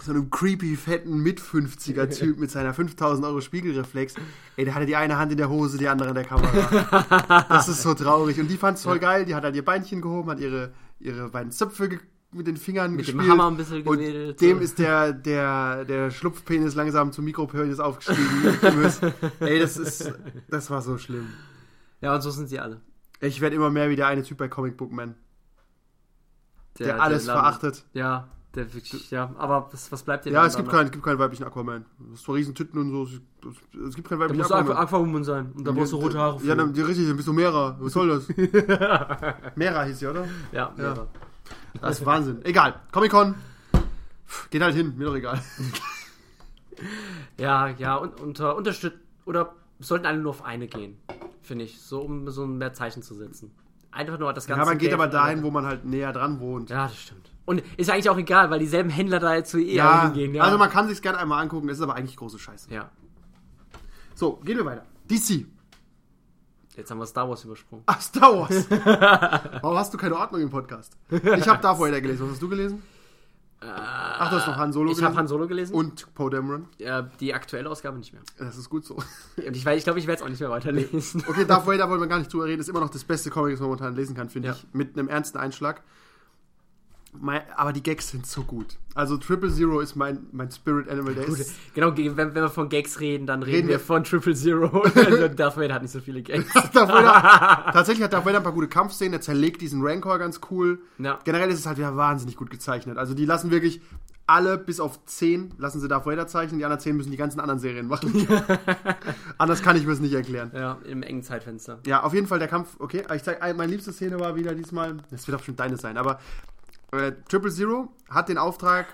B: so einem creepy, fetten Mit-50er-Typ mit seiner 5000 Euro Spiegelreflex. Ey, der hatte die eine Hand in der Hose, die andere in der Kamera. Das ist so traurig. Und die fand's voll geil. Die hat halt ihr Beinchen gehoben, hat ihre, ihre beiden Zöpfe ge mit den Fingern
A: Mit dem
B: gespielt.
A: Hammer ein bisschen
B: Und
A: gewedelt,
B: dem
A: so.
B: ist der, der, der Schlupfpenis langsam zum Mikropenis aufgestiegen. Ey, das ist, das war so schlimm.
A: Ja, und so sind sie alle.
B: Ich werde immer mehr wie der eine Typ bei Comic Book Man, der, alles
A: Laden-
B: verachtet.
A: Ja, der wirklich, ja. Aber was, was bleibt dir
B: Ja,
A: denn
B: es gibt,
A: dann noch?
B: keinen, es gibt keinen weiblichen Aquaman. Es ist so riesen Titten und so. es- es- Es gibt keinen
A: Da
B: weiblichen
A: musst du Aqu- Aquawoman sein. Und da brauchst du rote Haare.
B: Ja, dann, die richtig, dann bist du Mera. Was soll das? Mera hieß sie, oder?
A: ja, ja.
B: Das ist Wahnsinn. Egal. Comic-Con. Pff, Geht halt hin, mir doch egal.
A: Ja, ja, und unter unterstützt oder sollten alle nur auf eine gehen, finde ich, so um so mehr Zeichen zu setzen. Einfach nur das ganze
B: Ja, man geht
A: Geld
B: aber
A: von
B: dahin,
A: einer-
B: wo man halt näher dran wohnt.
A: Ja, das stimmt. Und ist ja eigentlich auch egal, weil dieselben Händler da jetzt so eh alle hingehen, ja.
B: also man kann sich's gerne einmal angucken, es ist aber eigentlich große Scheiße.
A: ja.
B: So, gehen wir weiter. DC.
A: Jetzt haben wir Star Wars übersprungen.
B: Ach, Star Wars. Warum hast du keine Ordnung im Podcast? Ich habe Darth Vader gelesen. Was hast du gelesen? Ach, du hast noch Han Solo
A: Äh, Ich habe
B: gelesen.
A: Han Solo gelesen
B: und Poe Dameron.
A: äh, die aktuelle Ausgabe nicht mehr.
B: Das ist gut so.
A: Und ich, weiß- ich glaube, ich werde es auch nicht mehr weiterlesen.
B: Okay, Darth Vader wollen wir gar nicht drüber reden. Ist immer noch das beste Comic, das man momentan lesen kann, finde
A: Ja.
B: ich. Mit einem ernsten Einschlag. Mein, aber die Gags sind so gut. Also Triple Zero ist mein, mein Spirit Animal. Der ist,
A: genau, ge- wenn, wenn wir von Gags reden, dann reden,
B: Reden
A: wir
B: wir-
A: von Triple Zero. also Darth Vader hat nicht so viele Gags.
B: Darth Vader, tatsächlich hat Darth Vader ein paar gute Kampfszenen. Er zerlegt diesen Rancor ganz cool.
A: Ja.
B: Generell ist es halt wieder wahnsinnig gut gezeichnet. Also die lassen wirklich alle bis auf 10 lassen sie Darth Vader zeichnen. Die anderen 10 müssen die ganzen anderen Serien machen. Anders kann ich mir es nicht erklären.
A: ja, im engen Zeitfenster.
B: Ja, auf jeden Fall der Kampf. Okay, aber ich zeig, äh, meine liebste Szene war wieder diesmal. Das wird auch bestimmt deine sein. Aber äh, Triple Zero hat den Auftrag,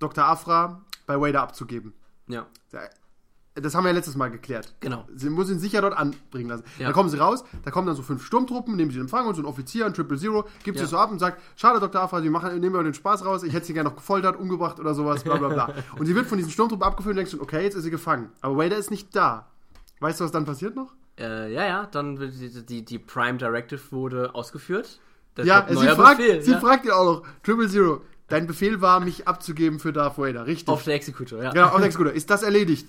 B: Dr. Afra bei Vader abzugeben.
A: Ja.
B: Das haben wir ja letztes Mal geklärt.
A: Genau.
B: Sie muss ihn sicher dort anbringen lassen.
A: Ja.
B: Dann kommen sie raus, da kommen dann so fünf Sturmtruppen, nehmen sie in Empfang und so ein Offizier, ein Triple Zero, gibt
A: Ja.
B: sie so ab und sagt, schade, Dr. Afra, wir machen, nehmen wir den Spaß raus, ich hätte sie gerne noch gefoltert, umgebracht oder sowas, bla bla bla. und sie wird von diesen Sturmtruppen abgeführt und denkst schon, okay, jetzt ist sie gefangen. Aber Vader ist nicht da. Weißt du, was dann passiert noch?
A: Äh, ja, ja, dann wird die, die, die Prime Directive wurde ausgeführt. Das
B: Ja,
A: wird
B: sie
A: neuer
B: fragt,
A: Befehl,
B: sie
A: ja.
B: fragt ihn auch noch, Triple Zero, dein Befehl war, mich abzugeben für Darth Vader, richtig?
A: Auf der Executor, ja.
B: Genau, auf der Exekutor. Ist das erledigt?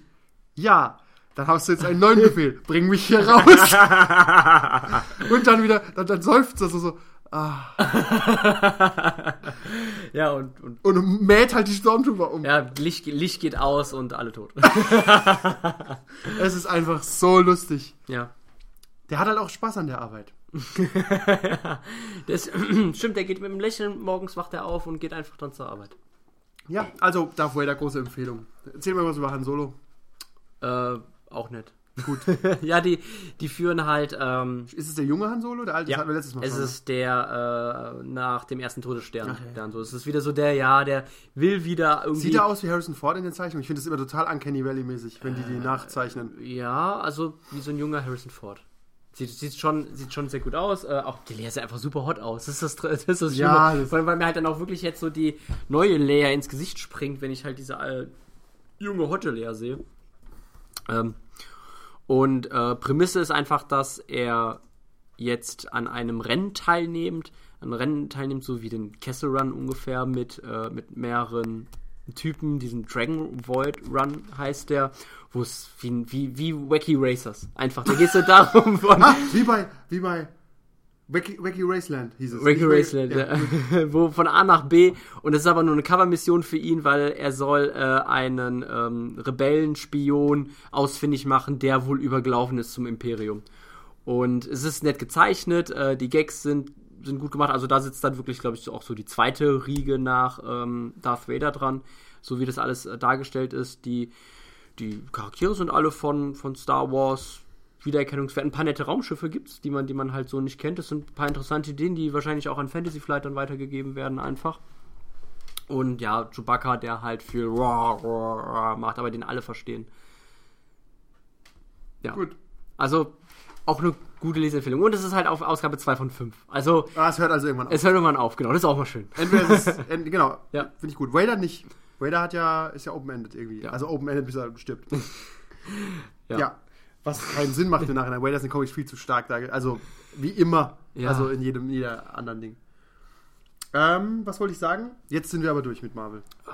B: Ja. Dann hast du jetzt einen neuen Befehl. Bring mich hier raus. und dann wieder, dann, dann seufzt er so, so
A: Ja, und, und
B: und mäht halt die Stormtrooper um.
A: ja, Licht, Licht geht aus und alle tot.
B: Es ist einfach so lustig.
A: ja.
B: Der hat halt auch Spaß an der Arbeit.
A: das stimmt, der geht mit einem Lächeln, morgens wacht er auf und geht einfach dann zur Arbeit.
B: Ja, also Darth Vader, große Empfehlung. Erzähl mal was über Han Solo.
A: Äh, auch nicht.
B: Gut.
A: ja, die, die führen halt, ähm,
B: Ist es der junge Han Solo? Der alte, das hatten wir letztes Mal
A: es
B: schon. ne?
A: ist der äh, nach dem ersten Todesstern.
B: ja.
A: Dann so. Es ist wieder so der, ja, der will wieder irgendwie.
B: Sieht er aus wie Harrison Ford in den Zeichnungen? Ich finde das immer total Uncanny Valley-mäßig, wenn die
A: Äh,
B: die nachzeichnen.
A: Ja, also wie so ein junger Harrison Ford. Sieht, sieht, schon, sieht schon sehr gut aus. Äh, auch die Leia sieht einfach super hot aus. Das ist das, das, ist das Schlimme.
B: Ja, das-
A: weil, weil mir halt dann auch wirklich jetzt so die neue Leia ins Gesicht springt, wenn ich halt diese äh, junge, hotte Leia sehe. Ähm, und äh, Prämisse ist einfach, dass er jetzt an einem Rennen teilnimmt. An Rennen teilnimmt, so wie den Kessel Run ungefähr, mit, äh, mit mehreren Typen. Diesen Dragon Void Run heißt der, wo es wie, wie, wie Wacky Racers. Einfach, da geht es darum, von
B: Ah, wie bei, wie bei Wacky, Wacky Raceland hieß es.
A: Wacky
B: Nicht Wacky-
A: Raceland,
B: Ja.
A: ja. wo von A nach B. Und das ist aber nur eine Covermission für ihn, weil er soll äh, einen ähm, Rebellenspion ausfindig machen, der wohl übergelaufen ist zum Imperium. Und es ist nett gezeichnet, äh, die Gags sind, sind gut gemacht. Also da sitzt dann wirklich, glaube ich, so auch so die zweite Riege nach ähm, Darth Vader dran, so wie das alles äh, dargestellt ist. Die, die Charaktere sind alle von, von Star Wars wiedererkennungswert. Ein paar nette Raumschiffe gibt es, die man, die man halt so nicht kennt. Das sind ein paar interessante Ideen, die wahrscheinlich auch an Fantasy Flight dann weitergegeben werden, einfach. Und ja, Chewbacca, der halt viel Roar, Roar, Roar macht, aber den alle verstehen. Ja.
B: Gut.
A: Also auch eine gute Leseempfehlung. Und es ist halt auf Ausgabe 2 von 5. Also
B: Ah, es hört also irgendwann auf.
A: es hört irgendwann auf, genau. Das ist auch mal schön.
B: Entweder es ist, en, genau,
A: Ja.
B: finde ich gut. Vader nicht. Vader hat ja, ist ja open-ended irgendwie. Also open-ended, bis er stirbt.
A: Ja.
B: ja. Was keinen Sinn macht im Nachhinein. Vader ist in Comics viel zu stark. Da, also, wie immer.
A: Ja.
B: Also in jedem, jeder anderen Ding. Ähm, was wollte ich sagen? Jetzt sind wir aber durch mit Marvel.
A: Oh,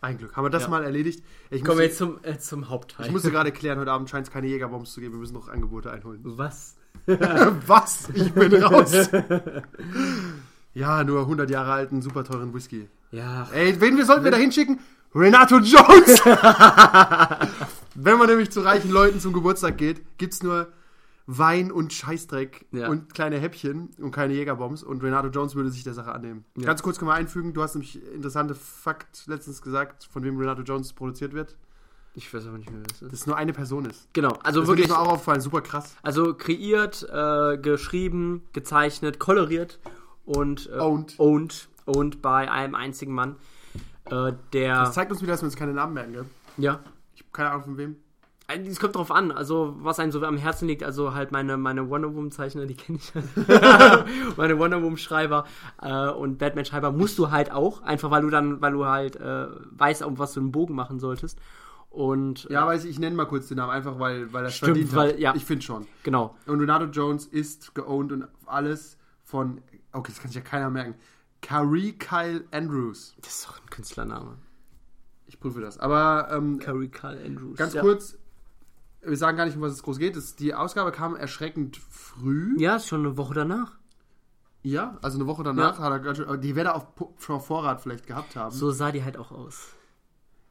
B: Ein Glück. Haben wir das mal erledigt? Ich
A: Kommen
B: musste,
A: wir jetzt zum, äh, zum Hauptteil.
B: ich musste gerade klären, heute Abend scheint es keine Jägerbombs zu geben. Wir müssen noch Angebote einholen.
A: Was?
B: Was? Ich bin raus. ja, nur 100 Jahre alten, super teuren Whisky.
A: Ja,
B: Ey, wen wir sollten wir da hinschicken? Renato Jones! Wenn man nämlich zu reichen Leuten zum Geburtstag geht, gibt's nur Wein und Scheißdreck
A: Ja.
B: und kleine Häppchen und keine Jägerbombs und Renato Jones würde sich der Sache annehmen. Ganz kurz können wir einfügen, du hast nämlich interessante Fakt letztens gesagt, von wem Renato Jones produziert wird.
A: ich weiß aber nicht mehr, was das ist.
B: Dass es nur eine Person ist.
A: Genau, also
B: Das Wirklich?
A: wirklich.
B: ist mir auch aufgefallen, super krass.
A: Also kreiert, äh, geschrieben, gezeichnet, koloriert und äh,
B: Owned.
A: owned owned bei einem einzigen Mann, äh, der
B: Das zeigt uns wieder, dass wir uns keine Namen merken, gell?
A: ja.
B: Ich habe keine Ahnung von wem.
A: Also, Es kommt drauf an, also was einem so am Herzen liegt, also halt meine, meine Wonder Woman Zeichner, die kenne ich meine Wonder Woman Schreiber äh, und Batman Schreiber musst du halt auch, einfach weil du dann, weil du halt äh, weißt, um was du einen Bogen machen solltest und
B: Ja, weiß ich, ich nenne mal kurz den Namen, einfach weil, weil er
A: Stimmt,
B: verdient
A: weil-
B: hat.
A: ja.
B: Ich finde schon.
A: genau.
B: Und Renato Jones ist geowned und alles von, okay, das kann sich ja keiner merken. Carrie Kyle Andrews.
A: Das ist doch ein Künstlername.
B: Ich prüfe das. Aber ähm,
A: Carrie Carl Andrews.
B: ganz
A: ja.
B: kurz, wir sagen gar nicht, um was es groß geht. Es, die Ausgabe kam erschreckend früh.
A: Ja, ist schon eine Woche danach.
B: Ja, also eine Woche danach
A: Ja.
B: hat er ganz schön, die werde er auf Pu- schon auf Vorrat vielleicht gehabt haben.
A: So sah die halt auch aus.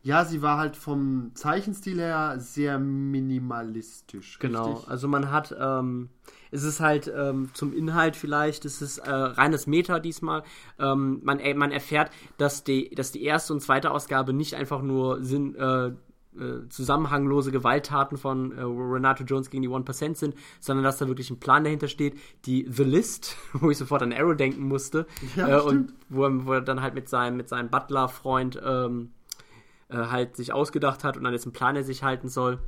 B: Ja, sie war halt vom Zeichenstil her sehr minimalistisch.
A: Genau,
B: Richtig?
A: also man hat, ähm, es ist halt ähm, zum Inhalt vielleicht, es ist äh, reines Meta diesmal. Ähm, man, äh, man erfährt, dass die, dass die erste und zweite Ausgabe nicht einfach nur Sinn, äh, äh, zusammenhanglose Gewalttaten von äh, Renato Jones gegen die One Percent sind, sondern dass da wirklich ein Plan dahinter steht. Die The List, wo ich sofort an Arrow denken musste,
B: Ja,
A: äh, und wo, er- wo er dann halt mit seinem, mit seinem Butler-Freund ähm, äh, halt sich ausgedacht hat und an dessen Plan er sich halten soll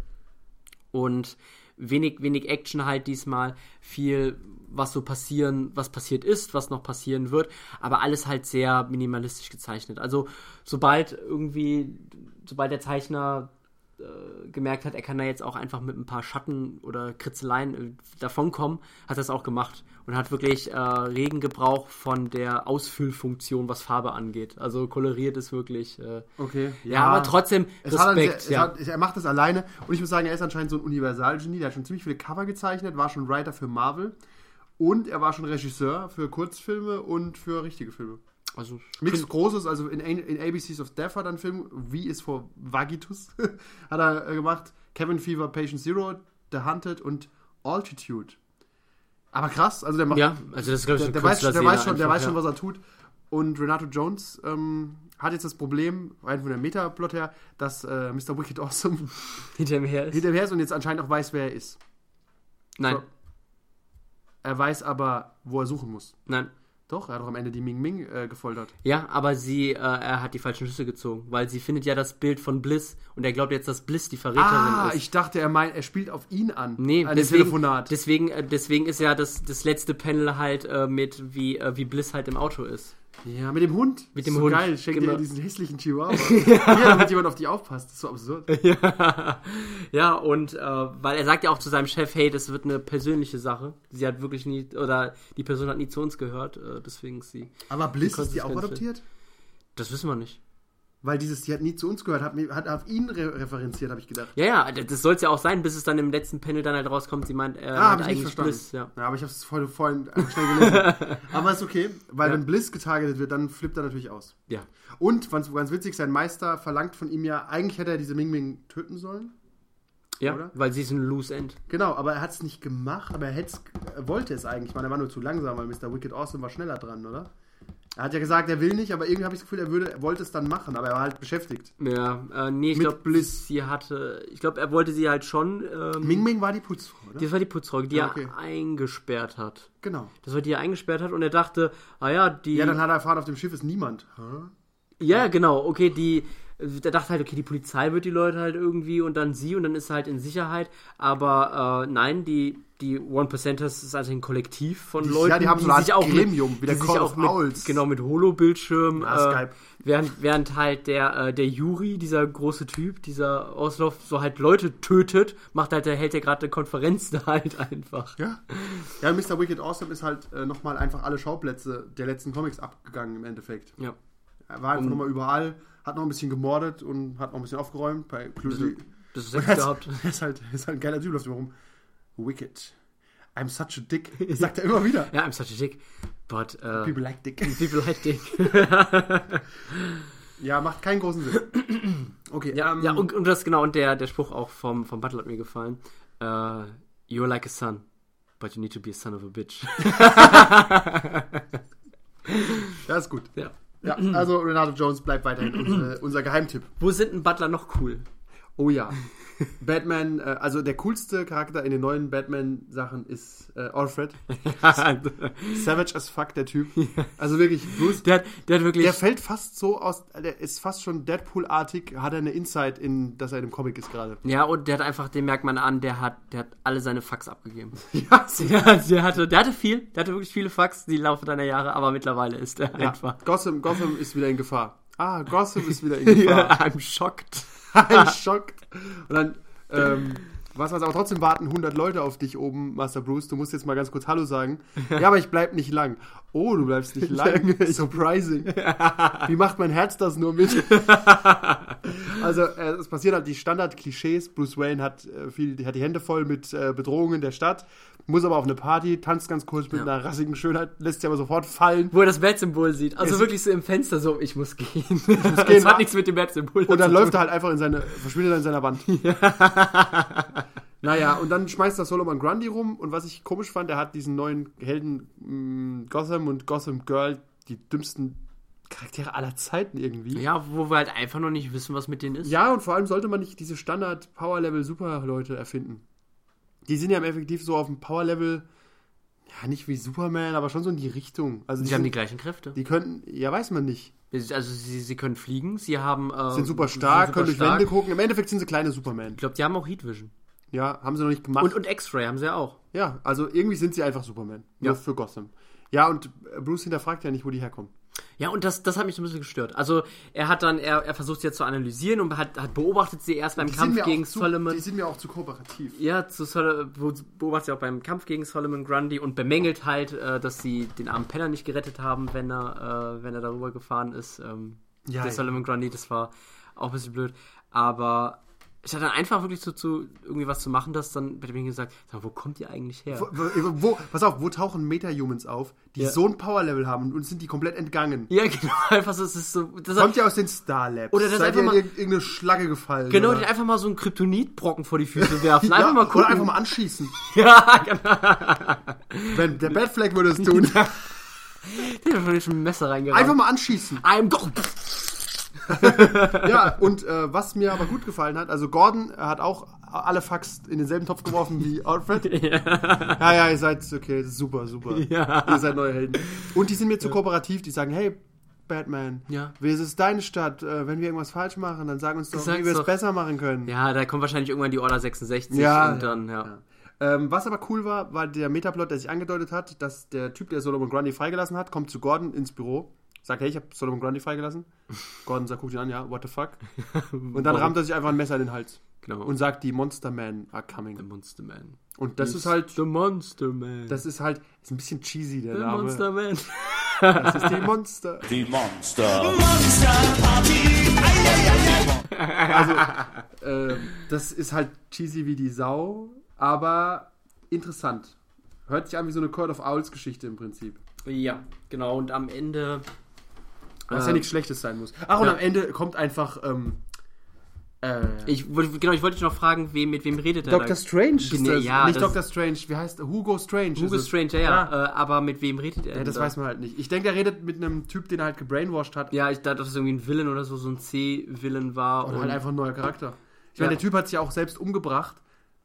A: und wenig, wenig Action halt diesmal, viel, was so passieren, was passiert ist, was noch passieren wird, aber alles halt sehr minimalistisch gezeichnet. Also sobald irgendwie, sobald der Zeichner äh, gemerkt hat, er kann da jetzt auch einfach mit ein paar Schatten oder Kritzeleien äh, davonkommen, hat das auch gemacht und hat wirklich äh, regen Gebrauch von der Ausfüllfunktion, was Farbe angeht. Also koloriert ist wirklich. Äh,
B: Okay.
A: ja, aber trotzdem
B: Es hat dann
A: Respekt.
B: sehr,
A: ja.
B: es hat, er macht das alleine und ich muss sagen, er ist anscheinend so ein Universalgenie. Der hat schon ziemlich viele Cover gezeichnet, war schon Writer für Marvel und er war schon Regisseur für Kurzfilme und für richtige Filme.
A: also
B: Nichts Großes, also in, A- in ABCs of Death hat er einen Film, wie ist vor Vagitus, hat er äh, gemacht. Kevin Fever, Patient Zero, The Hunted und Altitude. Aber krass, also der macht.
A: Ja, also das ist, glaube ich,
B: Der,
A: eine
B: der, weiß, der,
A: Künstlerszene
B: weiß schon, der
A: einfach,
B: weiß schon,
A: ja.
B: was er tut. Und Renato Jones ähm, hat jetzt das Problem, rein von der Metaplot her, dass äh, Mr. Wicked Awesome
A: hinter mir ist.
B: hinterher ist und jetzt anscheinend auch weiß, wer er ist.
A: Nein,
B: So. Er weiß aber, wo er suchen muss.
A: nein.
B: Doch, er hat doch am Ende die Ming Ming äh, gefoltert.
A: Ja, aber sie, äh, er hat die falschen Schlüsse gezogen, weil sie findet ja das Bild von Bliss und er glaubt jetzt, dass Bliss die Verräterin
B: Ah,
A: ist.
B: ich dachte, er meint, er spielt auf ihn an.
A: Nee,
B: an
A: deswegen,
B: dem Telefonat.
A: Deswegen, äh, deswegen ist ja das, das letzte Panel halt äh, mit, wie, äh, wie Bliss halt im Auto ist.
B: Ja, mit dem Hund.
A: Mit
B: Das ist
A: dem
B: so
A: Hund,
B: Geil, schenkt
A: genau.
B: dir diesen hässlichen Chihuahua. Hier, damit jemand auf die aufpasst. Das ist so absurd.
A: ja. ja, und äh, weil er sagt ja auch zu seinem Chef, hey, das wird eine persönliche Sache. Sie hat wirklich nie, oder die Person hat nie zu uns gehört, äh, deswegen ist sie.
B: Aber Bliss
A: Die
B: ist die auch
A: Konsistenz.
B: adoptiert?
A: Das wissen wir nicht.
B: Weil dieses, die hat nie zu uns gehört, hat, mir- hat auf ihn re referenziert, habe ich gedacht.
A: Ja, ja, d- das soll es ja auch sein, bis es dann im letzten Panel dann halt rauskommt, sie meint, er
B: Ah,
A: hat
B: habe ich nicht
A: eigentlich
B: verstanden.
A: Bliss, ja.
B: aber ich habe es vorhin, vorhin einfach schnell gelesen. aber ist okay, weil wenn Bliss getargetet wird, dann flippt er natürlich aus.
A: Ja.
B: Und, ganz, ganz witzig, sein Meister verlangt von ihm ja, eigentlich hätte er diese Ming Ming töten sollen.
A: Ja,
B: Oder?
A: weil sie ist ein Loose End.
B: Genau, aber er hat es nicht gemacht, aber er, hätt's, er wollte es eigentlich. Ich meine, er war nur zu langsam, weil Mr. Wicked Awesome war schneller dran, oder? Er hat ja gesagt, er will nicht, aber irgendwie habe ich das Gefühl, er, würde, er wollte es dann machen, aber er war halt beschäftigt.
A: Ja, äh, nee, ich
B: Mit
A: glaube,
B: Bliss.
A: sie hatte, ich glaube, er wollte sie halt schon, ähm,
B: Ming Ming war die Putzfrau, oder?
A: das war die Putzrocke, die
B: Ja, okay.
A: er eingesperrt hat.
B: Genau.
A: Das war die, die er eingesperrt hat und er dachte, ah ja, die,
B: Ja, dann hat er erfahren, auf dem Schiff ist niemand. Hä?
A: ja, genau, okay, die, er dachte halt, okay, die Polizei wird die Leute halt irgendwie und dann sie und dann ist er halt in Sicherheit, aber äh, nein, die, die One Percenters ist also ein Kollektiv von
B: Die-
A: Leuten,
B: ja, die haben so eine Art Gremium, wie
A: mit,
B: der
A: die sich
B: Call of
A: auch mit,
B: Owls.
A: genau, mit Holo-Bildschirm,
B: Ja,
A: äh,
B: Skype.
A: während, während halt der, äh, der Juri, dieser große Typ, dieser Auslauf, so halt Leute tötet, macht halt, der hält ja gerade eine Konferenz da halt einfach.
B: Ja. Ja, Mr. Wicked Awesome ist halt äh, nochmal einfach alle Schauplätze der letzten Comics abgegangen im Endeffekt.
A: Ja.
B: Er war einfach nochmal überall, hat noch ein bisschen gemordet und hat noch ein bisschen aufgeräumt bei Clusi.
A: Das ist Sex gehabt.
B: Er ist, halt, er ist halt ein geiler Typ, läuft immer rum. Wicked. I'm such a dick. Sagt er immer wieder.
A: Ja, I'm such a dick, but äh,
B: People like dick.
A: people like dick.
B: Ja, macht keinen großen Sinn. Okay,
A: Ja,
B: ähm,
A: ja und, und das genau, und der, der Spruch auch vom, vom Butler hat mir gefallen. Äh, You're like a son, but you need to be a son of a bitch.
B: ja, ist gut.
A: ja.
B: Ja, also Renato Jones bleibt weiterhin unser, unser Geheimtipp.
A: Wo sind ein Butler noch cool?
B: Oh ja. Batman, äh, also der coolste Charakter in den neuen Batman-Sachen ist äh, Alfred.
A: der,
B: Savage as fuck, der Typ. Also wirklich, Bruce,
A: hat, der hat wirklich.
B: Der fällt fast so aus, der ist fast schon Deadpool-artig, hat er eine Insight in, dass er in einem Comic ist gerade.
A: ja, und der hat einfach, den merkt man an, der hat, der hat alle seine Fax abgegeben.
B: Ja,
A: Ja, der hatte, der hatte viel, der hatte wirklich viele Fax, die laufen deiner Jahre, aber mittlerweile ist er einfach.
B: Gotham, Gotham ist wieder in Gefahr. Ah, Gotham ist wieder in Gefahr.
A: I'm shocked.
B: Ein Schock. Und dann, ähm, was war's, aber trotzdem warten 100 Leute auf dich oben, Master Bruce. Du musst jetzt mal ganz kurz Hallo sagen. Ja, aber ich bleib nicht lang. Oh, du bleibst nicht lang. Surprising. Wie macht mein Herz das nur mit? Also, äh, es passieren halt die Standard-Klischees. Bruce Wayne hat, äh, viel, hat die Hände voll mit äh, Bedrohungen der Stadt, muss aber auf eine Party, tanzt ganz kurz mit einer rassigen Schönheit, lässt sich aber sofort fallen.
A: Wo er das Wertsymbol sieht. Also
B: Es-
A: wirklich so im Fenster so, ich muss gehen. das
B: gehen, wa?
A: hat nichts mit dem Wertsymbol
B: Und dann
A: zu
B: läuft er halt einfach in seine, verschwindet er in seiner Wand. naja, und dann schmeißt er Solomon Grundy rum. Und was ich komisch fand, er hat diesen neuen Helden mh, Gotham und Gotham Girl, die dümmsten Charaktere aller Zeiten irgendwie.
A: Ja, wo wir halt einfach noch nicht wissen, was mit denen ist.
B: Ja, und vor allem sollte man nicht diese Standard-Power-Level-Super-Leute erfinden. Die sind ja im Effektiv so auf dem Power-Level, ja, nicht wie Superman, aber schon so in die Richtung. Also
A: Sie haben die
B: sind,
A: gleichen Kräfte.
B: die könnten, ja, weiß man nicht.
A: Also sie, sie können fliegen, sie haben. Äh,
B: Sind super stark,
A: sind super
B: können durch
A: stark.
B: Wände gucken. Im Endeffekt sind sie kleine Superman.
A: Ich glaube, die haben auch Heat Vision.
B: Ja, haben sie noch nicht gemacht.
A: Und, und X-Ray haben sie ja auch.
B: Ja, also irgendwie sind sie einfach Superman. Nur
A: Ja.
B: für Gotham. Ja, und äh, Bruce hinterfragt ja nicht, wo die herkommen.
A: Ja, und das, das hat mich so ein bisschen gestört. Also er hat dann, er, er versucht sie ja zu analysieren und hat, hat beobachtet sie erst beim Kampf gegen
B: zu,
A: Solomon.
B: Die sind mir auch zu kooperativ.
A: Ja, zu Sol wo- beobachtet sie auch beim Kampf gegen Solomon Grundy und bemängelt halt, äh, dass sie den armen Penner nicht gerettet haben, wenn er, äh, wenn er darüber gefahren ist. Ähm,
B: Ja,
A: der
B: ja.
A: Solomon Grundy, das war auch ein bisschen blöd. Aber Statt dann einfach wirklich zu, zu irgendwie was zu machen, dass dann wird mir gesagt, sag, mal, wo kommt ihr eigentlich her?
B: Wo, wo, wo- pass auf, wo tauchen Meta-Humans auf, die
A: Ja.
B: so ein Power-Level haben und uns sind die komplett entgangen?
A: ja, genau, einfach so, es ist so. Das
B: Kommt ja aus den Star Labs.
A: Oder das
B: Seid
A: einfach
B: ihr in
A: mal-
B: irg- irgendeine Schlagge gefallen?
A: genau,
B: oder?
A: die einfach mal so einen Kryptonitbrocken vor die Füße werfen. Einfach
B: ja,
A: mal gucken.
B: Oder einfach mal anschießen.
A: ja, genau.
B: Wenn der Bad Flag würde es tun.
A: Ich hab schon ein Messer reingerannt.
B: Einfach mal anschießen.
A: I'm go.
B: Ja, und äh, was mir aber gut gefallen hat, also Gordon hat auch alle Fax in denselben Topf geworfen wie Alfred. Ja, ja, ihr seid okay, das ist super, super. Ihr seid neue Helden. Und die sind mir zu kooperativ, die sagen, hey, Batman,
A: Ja.
B: wie ist es deine Stadt? Äh, Wenn wir irgendwas falsch machen, dann sagen uns doch,
A: Sag's
B: wie wir es
A: doch.
B: besser machen können.
A: Ja, da kommt wahrscheinlich irgendwann die Order 66
B: Ja,
A: und
B: ja,
A: dann, ja.
B: Ähm, was aber cool war, war der Metaplot, der sich angedeutet hat, dass der Typ, der Solomon Grundy freigelassen hat, kommt zu Gordon ins Büro, sagt, hey, ich habe Solomon Grundy freigelassen. Gordon sagt, guckt ihn an, ja, what the fuck. Und dann rammt er sich einfach ein Messer in den Hals
A: Genau.
B: und sagt, die Monster Men are
A: The
B: coming.
A: Monster Man.
B: Und das ist halt,
A: The Monster Man.
B: das ist halt, ist ein bisschen cheesy der
A: The
B: Name.
A: Monster Man.
B: Das ist die Monster.
E: The monster.
B: Ähm, das ist halt cheesy wie die Sau, aber interessant. Hört sich an wie so eine Court of Owls Geschichte im Prinzip.
A: Ja, genau. Und am Ende.
B: Was ja
A: Ähm,
B: nichts Schlechtes sein muss. Ach, und
A: ja.
B: amEnde kommt einfach ähm, äh,
A: Ich, wollte- genau, ich wollte dich noch fragen, wem, mit wem redet er? da?
B: Dr. Strange. Ist
A: Genau,
B: das.
A: ja,
B: nicht
A: das-
B: Dr. Strange, wie heißt Hugo Strange?
A: Hugo
B: ist es.
A: Strange, ja, ja. Äh, aber mit wem redet er?
B: ja,
A: denn
B: das
A: da?
B: weiß man halt nicht. Ich denke, er redet mit einem Typ, den er halt gebrainwashed hat.
A: Ja, ich dachte, dass es irgendwie ein Villain oder so, so ein C-Villain war.
B: Oder halt einfach ein neuer Charakter. Ich
A: Ja.
B: meine, der Typ hat sich ja auch selbst umgebracht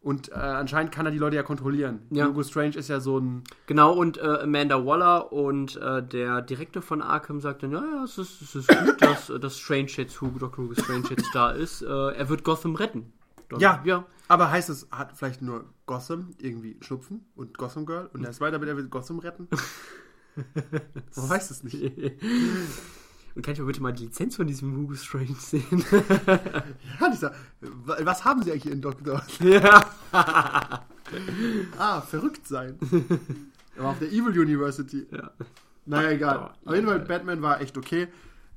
B: und äh, anscheinend kann er die Leute ja kontrollieren.
A: Ja.
B: Hugo Strange ist ja so ein.
A: Genau, und äh, Amanda Waller und äh, der Direktor von Arkham sagten, ja, ja, es ist, es ist gut, dass, äh, dass Strange jetzt, Hugo, Dr. Hugo Strange jetzt da ist. Äh, er wird Gotham retten. Dann- ja.
B: Aber heißt es, hat vielleicht nur Gotham irgendwie Schnupfen und Gotham Girl und der ist weiter, damit er will Gotham retten? Man weiß es nicht.
A: Und kann ich mal bitte mal die Lizenz von diesem Hugo Strange sehen?
B: Ja, dieser, wa- was haben Sie eigentlich in Doktor?
A: ja.
B: Ah, verrückt sein. Aber auf der Evil University. Naja, egal. Auf jeden Fall, Batman war echt okay.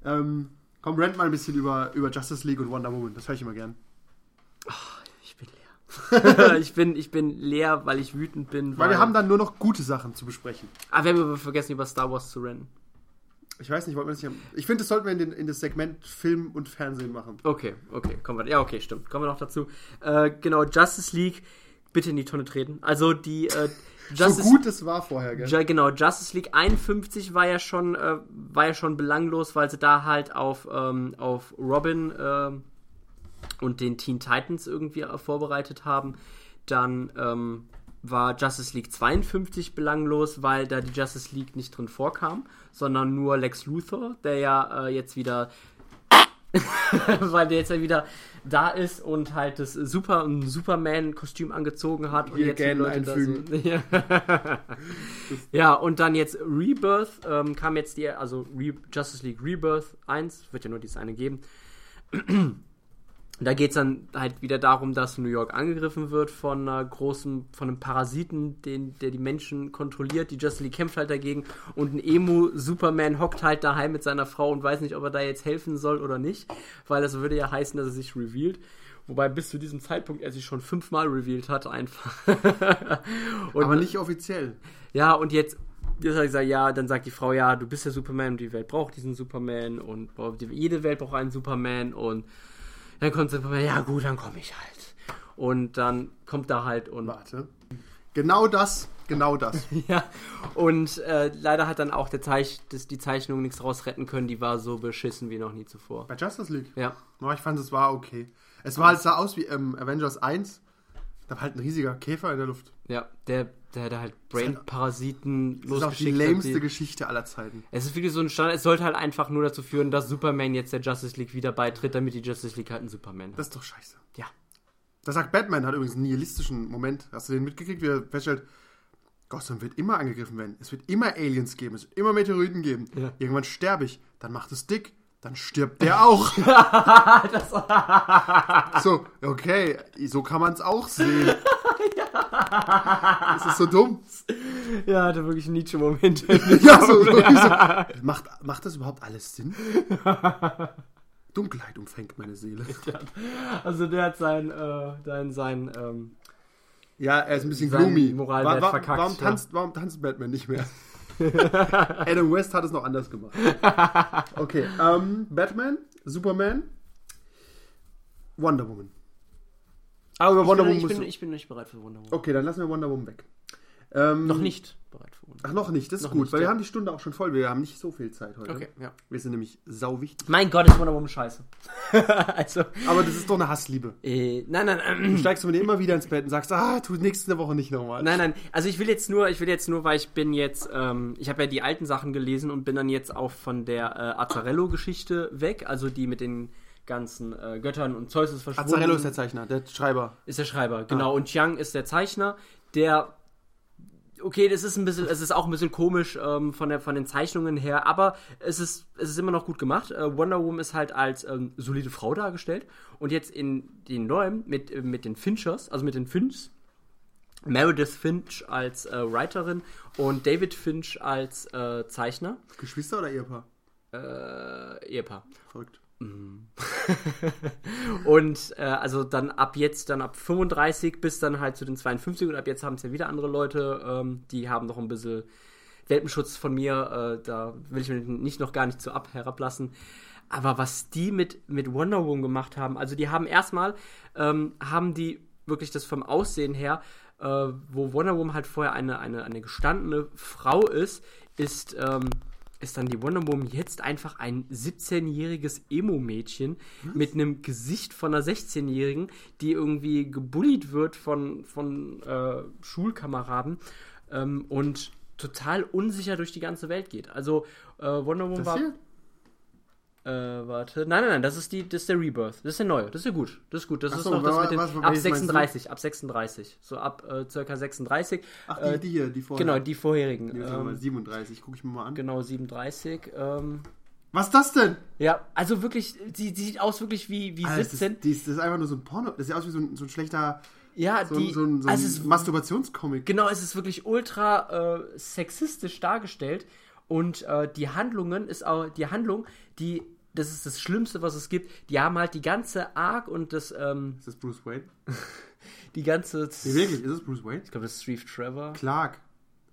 B: Ähm, komm, rant mal ein bisschen über, über Justice League und Wonder Woman. Das höre ich immer gern.
A: Ich bin leer. ich, bin, ich bin leer, weil ich wütend bin.
B: Weil wir haben dann nur noch gute Sachen zu besprechen.
A: Ah, wir haben aber vergessen, über Star Wars zu rennen.
B: Ich weiß nicht, wollten wir das nicht haben. Ich finde, das sollten wir in, den, in das Segment Film und Fernsehen machen.
A: Okay, okay, kommen wir. Ja, okay, stimmt. Kommen wir noch dazu. Äh, genau, Justice League, bitte in die Tonne treten. Also die äh, Justice
B: so gut es war vorher, gell?
A: Ja, genau, Justice League 51 war ja schon, äh, war ja schon belanglos, weil sie da halt auf, ähm, auf Robin ähm, und den Teen Titans irgendwie äh, vorbereitet haben. Dann ähm, war Justice League 52 belanglos, weil da die Justice League nicht drin vorkam, sondern nur Lex Luthor, der ja äh, jetzt wieder weil der jetzt ja wieder da ist und halt das Super ein Superman-Kostüm angezogen hat und
B: Hier
A: jetzt die
B: gerne
A: Leute da
B: einfügen.
A: so- Ja. ja, und dann jetzt Rebirth ähm, kam jetzt die, also Re Justice League Rebirth 1, wird ja nur dieses eine geben. Da geht es dann halt wieder darum, dass New York angegriffen wird von einer großen, von einem Parasiten, den, der die Menschen kontrolliert. Die Justice League kämpft halt dagegen und ein Emu-Superman hockt halt daheim mit seiner Frau und weiß nicht, ob er da jetzt helfen soll oder nicht, weil das würde ja heißen, dass er sich revealed. Wobei bis zu diesem Zeitpunkt er sich schon fünfmal revealed hat, einfach. und,
B: Aber nicht offiziell.
A: ja, und jetzt, jetzt hat er gesagt, ja, dann sagt die Frau, ja, du bist der Superman und die Welt braucht diesen Superman und boah, die, jede Welt braucht einen Superman und dann kommt Superman, ja gut, dann komme ich halt. Und dann kommt da halt und
B: Warte. Genau das, genau das.
A: ja, und äh, leider hat dann auch der Zeich, das, die Zeichnung nichts raus retten können, die war so beschissen wie noch nie zuvor.
B: Bei Justice League.
A: Ja.
B: Ja, ich fand, es war okay. Es war, es sah aus wie ähm, Avengers 1. Da war halt ein riesiger Käfer in der Luft.
A: Ja, der, der, der halt Brain-Parasiten
B: Das ist auch die
A: losgeschickt hat,
B: lämste
A: die-
B: Geschichte aller Zeiten.
A: Es ist wirklich so ein Standard, es sollte halt einfach nur dazu führen, dass Superman jetzt der Justice League wieder beitritt, damit die Justice League halt einen Superman hat.
B: Das ist doch scheiße.
A: Ja.
B: Das sagt Batman, hat übrigens einen nihilistischen Moment. Hast du den mitgekriegt, wie er feststellt, Gotham wird immer angegriffen werden. Es wird immer Aliens geben, es wird immer Meteoriten geben.
A: Ja.
B: Irgendwann sterbe ich, dann macht es dick, dann stirbt der auch. so, okay, so kann man es auch sehen. Das ist so dumm.
A: Ja, hatte wirklich Nietzsche-Moment.
B: Ja, so, so, so. Macht, macht das überhaupt alles Sinn? Dunkelheit umfängt meine Seele.
A: Also der hat sein, äh, sein, sein, ähm,
B: Ja, er ist ein bisschen
A: Sein
B: gloomy.
A: Moralwert
B: Wa- wa-
A: verkackt,
B: warum,
A: ja.
B: tanzt, warum tanzt Batman nicht mehr? Adam West hat es noch anders gemacht. Okay, ähm, Batman, Superman, Wonder Woman. Ah, über Wonder Woman
A: ich,
B: musst
A: bin,
B: du.
A: ich bin nicht bereit für Wonder Woman.
B: Okay, dann lassen wir Wonder Woman weg. Ähm,
A: Noch nicht bereit für Wonder
B: Ach, noch nicht, das ist
A: Noch
B: gut,
A: nicht,
B: weil wir
A: ja.
B: haben die Stunde auch schon voll. Wir haben nicht so viel Zeit heute.
A: Woman. Okay, ja.
B: Wir sind nämlich sau wichtig.
A: Mein Gott, ist Wonder Woman scheiße. also,
B: Aber das ist doch eine Hassliebe.
A: äh, nein, nein, ähm,
B: Steigst du mit dir immer wieder ins Bett und sagst, ah, tu nächste Woche nicht nochmal.
A: Nein, nein. Also ich will jetzt nur, ich will jetzt nur, weil ich bin jetzt, ähm, ich habe ja die alten Sachen gelesen und bin dann jetzt auch von der äh, Azzarello-Geschichte weg, also die mit den ganzen äh, Göttern und Zeus ist verschwunden.
B: Azzarello ist der Zeichner, der Schreiber.
A: Ist der Schreiber, genau. Und Chiang ist der Zeichner, der. Okay, das ist ein bisschen, es ist auch ein bisschen komisch ähm, von, der, von den Zeichnungen her, aber es ist, es ist immer noch gut gemacht. Äh, Wonder Woman ist halt als ähm, solide Frau dargestellt. Und jetzt in den neuen mit, äh, mit den Finchers, also mit den Finchs, Meredith Finch als äh, Writerin und David Finch als äh, Zeichner,
B: Geschwister oder Ehepaar?
A: äh, Ehepaar.
B: Verrückt.
A: Und äh, also dann ab jetzt, dann ab 35 bis dann halt zu den 52 und ab jetzt haben es ja wieder andere Leute, ähm, die haben noch ein bisschen Welpenschutz von mir, äh, da will ich mich nicht noch gar nicht so ab herablassen. Aber was die mit, mit Wonder Woman gemacht haben, also die haben erstmal, ähm, haben die wirklich das vom Aussehen her, äh, wo Wonder Woman halt vorher eine, eine, eine gestandene Frau ist, ist, ähm, ist dann die Wonder Woman jetzt einfach ein 17-jähriges Emo-Mädchen mit einem Gesicht von einer 16-Jährigen, die irgendwie gebullied wird von, von äh, Schulkameraden ähm, und total unsicher durch die ganze Welt geht. Also äh, Wonder Woman
B: Das
A: war...
B: hier?
A: Äh, warte. Nein, nein, nein, das ist die, das ist der Rebirth. Das ist der neue. Das ist ja gut. Das ist gut. Das
B: Ach
A: ist
B: so,
A: noch das
B: wa-
A: mit den,
B: was- was-
A: ab
B: welches meinst du?
A: 36, ab 36. So ab äh, circa 36.
B: Ach, die,
A: äh,
B: die hier, die vorher.
A: Genau, die vorherigen.
B: Die ist aber
A: ähm,
B: 37, guck ich mir mal an.
A: genau, 37. Ähm,
B: Was ist das denn?
A: ja, also wirklich, sie, sie sieht aus wirklich wie, wie
B: Alter, das,
A: 17.
B: Ah, ist, die ist, das ist einfach nur so ein Porno. Das sieht aus wie so ein, so ein schlechter
A: Ja,
B: so,
A: die,
B: ein- so ein, so ein
A: also es ist
B: Masturbationscomic.
A: Genau, es ist wirklich ultra äh, sexistisch dargestellt und äh, die Handlungen ist auch die Handlung, die das ist das Schlimmste, was es gibt. Die haben halt die ganze Arc und das ähm,
B: Ist das Bruce Wayne?
A: die ganze
B: Nee, wirklich, ist es Bruce Wayne?
A: Ich glaube, das ist Steve Trevor.
B: Clark.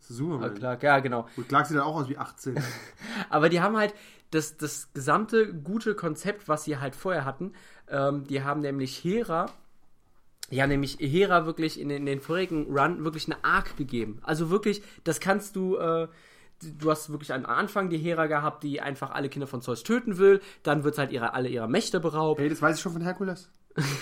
B: Das ist Superman.
A: Ah, Clark, ja, genau.
B: Und Clark sieht dann auch aus wie 18.
A: Aber die haben halt das, das gesamte gute Konzept, was sie halt vorher hatten. Ähm, die haben nämlich Hera, die haben nämlich Hera wirklich in den, in den vorigen Run wirklich eine Arc gegeben. Also wirklich, das kannst du. Äh, Du hast wirklich am Anfang die Hera gehabt, die einfach alle Kinder von Zeus töten will. Dann wird halt ihre, alle ihrer Mächte beraubt.
B: hey, das weiß ich schon von Herkules.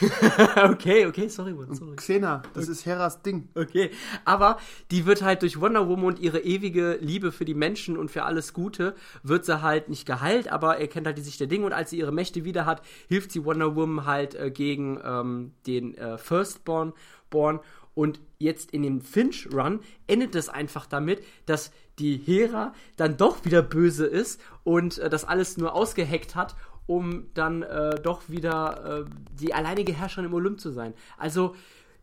A: Okay, okay, sorry, Mann, sorry.
B: Xena, das ist Heras Ding.
A: Okay, aber die wird halt durch Wonder Woman und ihre ewige Liebe für die Menschen und für alles Gute, wird sie halt nicht geheilt, aber erkennt halt die Sicht der Dinge und als sie ihre Mächte wieder hat, hilft sie Wonder Woman halt äh, gegen ähm, den äh, Firstborn Born. und jetzt in dem Finch Run endet es einfach damit, dass die Hera dann doch wieder böse ist und äh, das alles nur ausgeheckt hat um dann äh, doch wieder äh, die alleinige Herrscherin im Olymp zu sein. Also,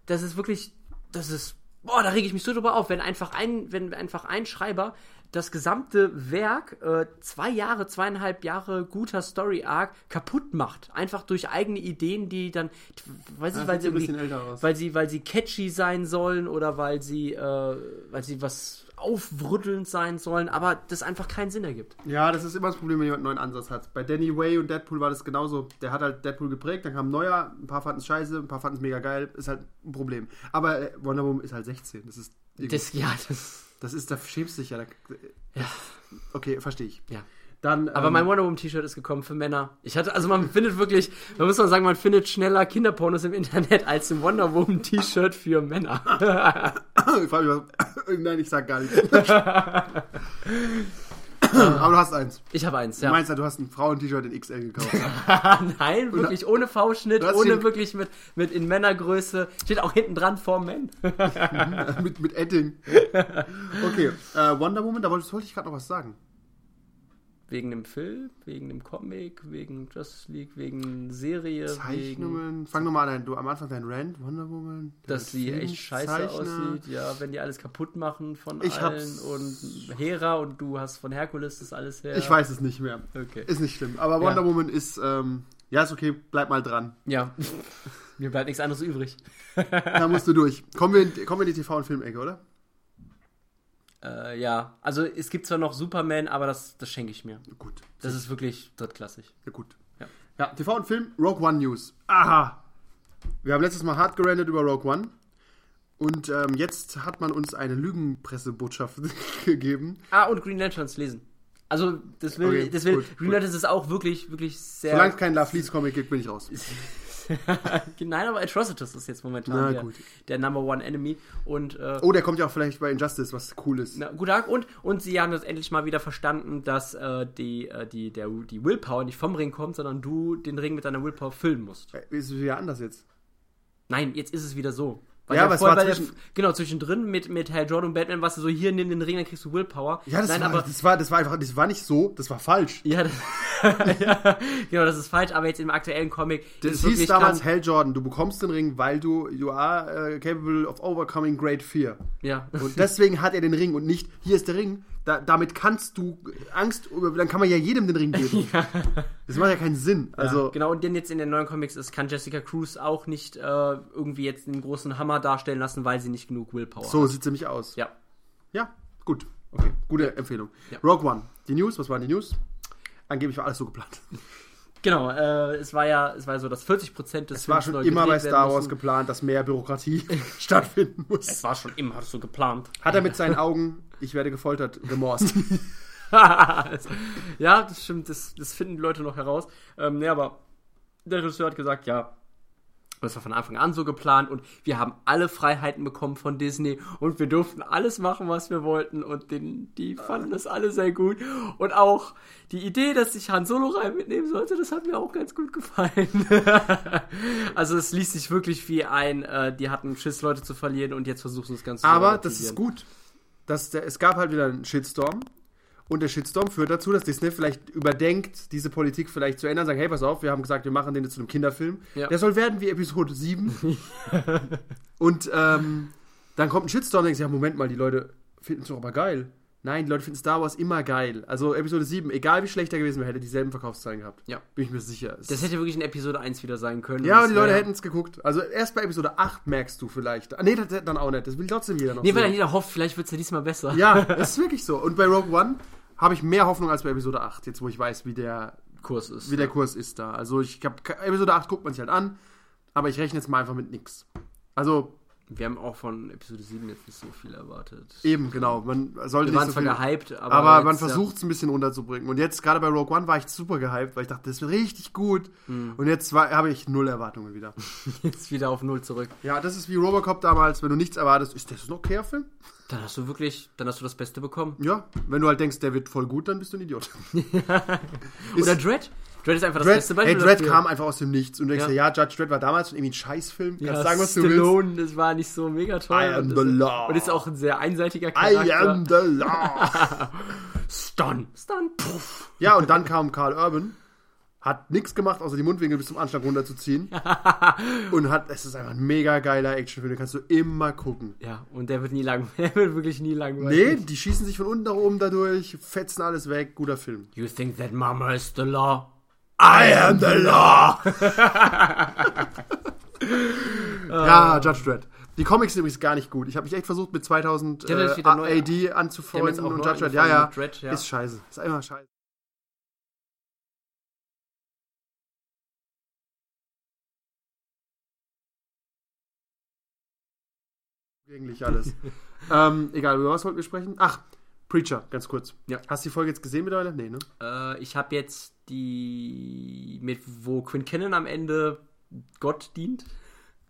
A: das ist wirklich, das ist, boah, da rege ich mich so drüber auf, wenn einfach ein, wenn einfach ein Schreiber das gesamte Werk äh, zwei Jahre, zweieinhalb Jahre guter Story Arc kaputt macht, einfach durch eigene Ideen, die dann, t- weiß ich,
B: das
A: weil
B: sieht
A: sie
B: so ein
A: irgendwie-
B: bisschen älter aus.
A: weil sie, weil sie catchy sein sollen oder weil sie, äh, weil sie was aufrüttelnd sein sollen, aber das einfach keinen Sinn ergibt.
B: Ja, das ist immer das Problem, wenn jemand einen neuen Ansatz hat. Bei Danny Way und Deadpool war das genauso. Der hat halt Deadpool geprägt, dann kam ein neuer, ein paar fanden es scheiße, ein paar fanden es mega geil. Ist halt ein Problem. Aber äh, Wonder Woman ist halt 16. Das ist,
A: Das, ja, das,
B: das ist, da schämst du dich ja. Da, das, okay, verstehe ich.
A: ja.
B: Dann,
A: Aber
B: ähm,
A: mein Wonder Woman T-Shirt ist gekommen für Männer. Ich hatte, also man findet wirklich, man muss mal sagen, man findet schneller Kinderpornos im Internet als ein Wonder Woman T-Shirt für Männer.
B: ich frage mich, was, nein, ich sag gar nichts. Aber du hast eins.
A: Ich habe eins,
B: Du
A: ja.
B: meinst ja, du hast ein Frauen-T-Shirt in XL gekauft.
A: Nein, wirklich ohne V-Schnitt,
B: Du hast
A: ohne
B: hier-
A: wirklich mit, mit in Männergröße. Steht auch hinten dran vor Men.
B: mit, mit Etting. Okay, äh, Wonder Woman, da wollte wollte ich gerade noch was sagen.
A: Wegen dem Film, wegen dem Comic, wegen Justice League, wegen Serie, wegen,
B: Zeichnungen. Fang nochmal an, du, am Anfang dein Rand, Wonder Woman. der
A: dass sie echt scheiße
B: Filmzeichner.
A: aussieht. Ja, wenn die alles kaputt machen von
B: Ich
A: allen
B: hab's-
A: und Hera und du hast von Herkules das alles her.
B: Ich weiß es nicht mehr.
A: Okay.
B: Ist nicht schlimm. Aber Wonder
A: Ja.
B: Woman ist ähm, Ja, ist okay, bleib mal dran.
A: Ja. Mir bleibt nichts anderes übrig.
B: Da musst du durch. Kommen wir in, kommen wir in die TV- und Filmecke, oder?
A: Äh, ja. Also es gibt zwar noch Superman, aber das, das schenke ich mir.
B: Gut.
A: Das ist wirklich drittklassig.
B: Ja, gut.
A: Ja.
B: Ja, TV und Film, Rogue One News. Aha! Wir haben letztes Mal hart gerandet über Rogue One. Und ähm, jetzt hat man uns eine Lügenpressebotschaft gegeben.
A: Ah, und Green Lanterns lesen. Also, das will,
B: Okay,
A: das will,
B: gut,
A: Green
B: gut.
A: Lanterns ist auch wirklich, wirklich sehr.
B: Solange es keinen La Fleece Comic gibt, bin ich raus.
A: Nein, aber Atrocitus ist jetzt momentan
B: Na,
A: der,
B: gut.
A: der Number One Enemy. Und, äh,
B: Oh, der kommt ja auch vielleicht bei Injustice, was cool ist.
A: na, guten Tag. Und, und sie haben das endlich mal wieder verstanden, dass äh, die, äh, die, der, die Willpower nicht vom Ring kommt, sondern du den Ring mit deiner Willpower füllen musst.
B: Äh, Ist wieder anders jetzt.
A: Nein, jetzt ist es wieder so. Weil
B: Ja,
A: der
B: aber es
A: vorher
B: war
A: bei der-
B: zwischen-
A: genau, zwischendrin mit, mit Hal Jordan und Batman, was du so hier nimm den Ring, dann kriegst du Willpower.
B: Ja, das,
A: Nein,
B: war,
A: aber
B: das, war, das war einfach, das war nicht so, das war falsch.
A: Ja, das, ja, genau, das ist falsch, aber jetzt im aktuellen Comic ist
B: Das
A: es
B: hieß
A: wirklich
B: damals
A: krank.
B: Hal Jordan, du bekommst den Ring, weil du, you are äh, capable of overcoming great fear.
A: Ja.
B: Und deswegen hat er den Ring und nicht, hier ist der Ring, da, damit kannst du Angst, über- dann kann man ja jedem den Ring geben. Das macht ja keinen Sinn. Also,
A: genau, und denn jetzt in den neuen Comics ist, kann Jessica Cruz auch nicht äh, irgendwie jetzt einen großen Hammer darstellen lassen, weil sie nicht genug Willpower hat.
B: so sieht sie nämlich aus.
A: Ja.
B: Ja, gut. Okay, gute Empfehlung. Rogue One, die News, was waren die News? Angeblich war alles so geplant.
A: Genau, äh, es war ja, es war so, dass 40 Prozent des
B: Es war
A: Films
B: schon
A: neu
B: immer bei
A: gedreht werden
B: Star Wars
A: mussten.
B: geplant, dass mehr Bürokratie stattfinden muss.
A: Es war schon immer so geplant.
B: Hat er mit seinen Augen, ich werde gefoltert, gemorst.
A: ja, das stimmt, das, das finden die Leute noch heraus. Ähm, nee, aber der Regisseur hat gesagt, ja, das war von Anfang an so geplant und wir haben alle Freiheiten bekommen von Disney und wir durften alles machen, was wir wollten und den, die fanden das alle sehr gut. Und auch die Idee, dass ich Han Solo rein mitnehmen sollte, das hat mir auch ganz gut gefallen. also es liest sich wirklich wie ein, äh, die hatten Schiss, Leute zu verlieren und jetzt versuchen sie es ganz zu
B: Aber das ist
A: relativieren.
B: gut. Dass der, es gab halt wieder einen Shitstorm. Und der Shitstorm führt dazu, dass Disney vielleicht überdenkt, diese Politik vielleicht zu ändern. Sagen, hey, pass auf, wir haben gesagt, wir machen den jetzt zu einem Kinderfilm.
A: Ja.
B: Der soll werden wie Episode 7. und ähm, dann kommt ein Shitstorm und denkst, ja, Moment mal, die Leute finden es doch aber geil. Nein, die Leute finden Star Wars immer geil. Also Episode 7, egal wie schlecht er gewesen wäre, hätte dieselben Verkaufszahlen gehabt.
A: Ja.
B: Bin ich mir sicher. Es
A: Das hätte wirklich in Episode 1 wieder sein können.
B: ja,
A: Das
B: aber die Leute
A: wär-
B: hätten es geguckt. Also erst bei Episode 8 merkst du vielleicht. Ah, Nee, das, dann auch nicht. Das will trotzdem jeder noch
A: Nee, weil
B: sehen.
A: dann jeder hofft, vielleicht wird es ja diesmal besser.
B: Ja, das ist wirklich so. Und bei Rogue One habe ich mehr Hoffnung als bei Episode 8, jetzt wo ich weiß, wie der,
A: Kurs ist.
B: wie der Kurs ist da. Also ich habe Episode 8 guckt man sich halt an, aber ich rechne jetzt mal einfach mit nix. Also
A: Wir haben auch von Episode 7 jetzt nicht so viel erwartet.
B: eben, genau. Man sollte
A: Wir waren
B: nicht so
A: zwar
B: viel,
A: gehypt, aber.
B: aber man
A: jetzt, ja.
B: versucht es ein bisschen runterzubringen. Und jetzt, gerade bei Rogue One, war ich super gehypt, weil ich dachte, das wird richtig gut.
A: Hm.
B: Und jetzt war- habe ich null Erwartungen wieder.
A: Jetzt wieder auf Null zurück.
B: Ja, das ist wie Robocop damals, wenn du nichts erwartest, ist das ein okayer Film?
A: Dann hast du wirklich, dann hast du das Beste bekommen.
B: Ja, wenn du halt denkst, der wird voll gut, dann bist du ein Idiot.
A: Oder Dread? Dread ist einfach das
B: Dread,
A: beste
B: ey,
A: Beispiel.
B: Dread
A: dafür.
B: kam einfach aus dem Nichts und du denkst
A: Ja.
B: dir, ja, Judge Dredd war damals schon irgendwie ein Scheißfilm. Kannst
A: Ja,
B: sagen, was du willst.
A: Stallone, das war nicht so mega toll.
B: I am
A: und,
B: the
A: das ist,
B: law.
A: und ist auch ein sehr einseitiger Charakter.
B: I am the law.
A: Stun. Stun. Puff.
B: ja, und dann kam Karl Urban, hat nichts gemacht, außer die Mundwinkel bis zum Anschlag runterzuziehen. und hat, es ist einfach ein mega geiler Actionfilm, den kannst du immer gucken.
A: Ja, und der wird nie langweilig. Der wird wirklich nie langweilig.
B: Nee, die schießen sich von unten nach oben dadurch, fetzen alles weg, guter Film.
A: You think that Mama is the law?
B: I am the law! ja,
A: Ah.
B: Judge Dredd. Die Comics sind übrigens gar nicht gut. Ich habe mich echt versucht, mit 2000
A: Die haben jetzt
B: äh,
A: wieder neu-
B: AD
A: Die haben jetzt
B: anzufreunden
A: auch
B: und
A: neu
B: Judge Dredd. Ja, ja.
A: angefangen mit Dredd, ja.
B: Ist scheiße. Ist einfach scheiße. Eigentlich alles. ähm, egal, über was wollten wir sprechen? Ach, Preacher, ganz kurz.
A: Ja.
B: Hast du die Folge jetzt gesehen mittlerweile? Nee, ne?
A: Äh, ich habe jetzt die mit wo Quinn Cannon am Ende Gott dient.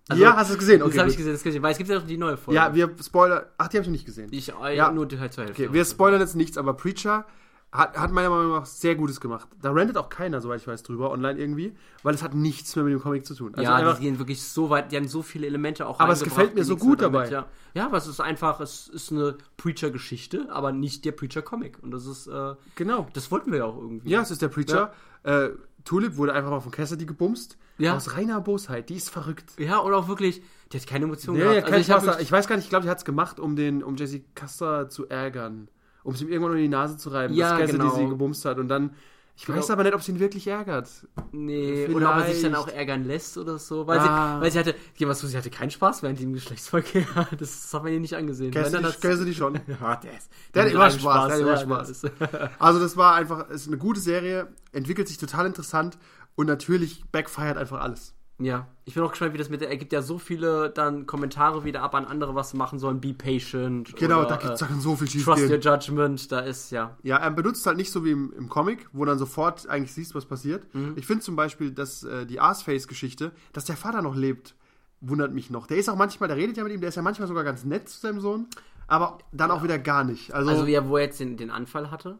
A: Also,
B: ja, hast du es gesehen?
A: das habe
B: gut.
A: ich gesehen, das kann ich, weil es gibt ja noch die neue Folge.
B: Ja, wir spoilern. Ach, die habe ich noch nicht gesehen.
A: ich äh,
B: ja.
A: nur die halt zur Hälfte.
B: okay, wir spoilern jetzt nichts, aber Preacher hat, hat meiner Meinung nach sehr Gutes gemacht. Da rentet auch keiner, soweit ich weiß, drüber online irgendwie, weil es hat nichts mehr mit dem Comic zu tun. Also
A: ja,
B: einfach,
A: die gehen wirklich so weit, die haben so viele Elemente auch
B: Aber es
A: reingebracht,
B: gefällt mir
A: die
B: so
A: nichts
B: gut
A: mehr damit,
B: dabei.
A: Ja. ja, aber es ist einfach, es ist eine Preacher-Geschichte, aber nicht der Preacher-Comic. Und das ist, äh,
B: genau.
A: das wollten wir ja auch irgendwie.
B: Ja, es ist der Preacher. Äh, Tulip wurde einfach mal von Cassidy gebumst.
A: Ja.
B: Aus reiner Bosheit. Die ist verrückt.
A: Ja, und auch wirklich, der hat keine Emotionen
B: Ja, ja,
A: gehabt.
B: kein
A: Also ich hab
B: Spaß. Ich,
A: wirklich-
B: weiß gar nicht, ich glaube, die hat es gemacht, um, den, um Jesse Custer zu ärgern. Um es ihm irgendwann in die Nase zu reiben,
A: Ja,
B: dass Cassidy
A: genau.
B: sie gebumst hat. Und dann, ich Ich weiß aber nicht, ob es ihn wirklich ärgert.
A: Nee, oder ob er sich dann auch ärgern lässt oder so. Weil,
B: Ah.
A: sie, weil sie hatte, die war so, sie hatte keinen Spaß während dem Geschlechtsverkehr. Das hat man ihr nicht angesehen. Wenn, dann
B: Cassidy,
A: hat's-
B: Cassidy schon.
A: Ah, der, ist-
B: Der hat
A: hat
B: immer
A: einen
B: Spaß, der hat immer
A: ja,
B: Spaß.
A: der ist-
B: Also das war einfach, ist eine gute Serie, entwickelt sich total interessant und natürlich backfired einfach alles.
A: Ja, ich bin auch gespannt, wie das mit der. Er gibt ja so viele dann Kommentare wieder ab an andere, was sie machen sollen. Be patient.
B: Genau,
A: oder,
B: da gibt's
A: äh,
B: Sachen so viel schief
A: Trust your judgment. Da ist ja.
B: Ja, er benutzt halt nicht so wie im, im Comic, wo dann sofort eigentlich siehst, was passiert.
A: Mhm.
B: Ich finde zum Beispiel, dass äh, die Arsface-Geschichte, dass der Vater noch lebt, wundert mich noch. Der ist auch manchmal, der redet ja mit ihm, der ist ja manchmal sogar ganz nett zu seinem Sohn, aber dann auch wieder gar nicht. Also,
A: Also
B: ja.
A: ja, wo er jetzt den, den Anfall hatte,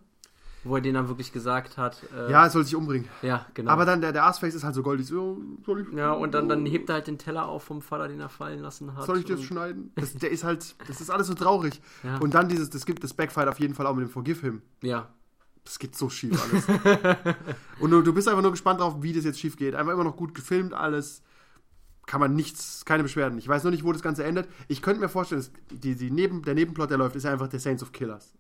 A: wo er den dann wirklich gesagt hat. Äh,
B: er soll sich umbringen.
A: ja, genau.
B: Aber dann der, der Arsface ist halt so goldig, so, soll ich,
A: ja, und dann, dann hebt er halt den Teller auf vom Vater, den er fallen lassen hat.
B: soll ich das
A: und-
B: schneiden? Das, der ist halt, das ist alles so traurig.
A: Ja.
B: Und dann dieses, das gibt das Backfight auf jeden Fall auch mit dem Forgive Him.
A: Ja.
B: Das geht so schief alles. und du, du bist einfach nur gespannt drauf, wie das jetzt schief geht. Einfach immer noch gut gefilmt, alles. Kann man nichts, keine Beschwerden. Ich weiß nur nicht, wo das Ganze endet. Ich könnte mir vorstellen, dass die, die Neben, der Nebenplot, der läuft, ist ja einfach der Saints of Killers.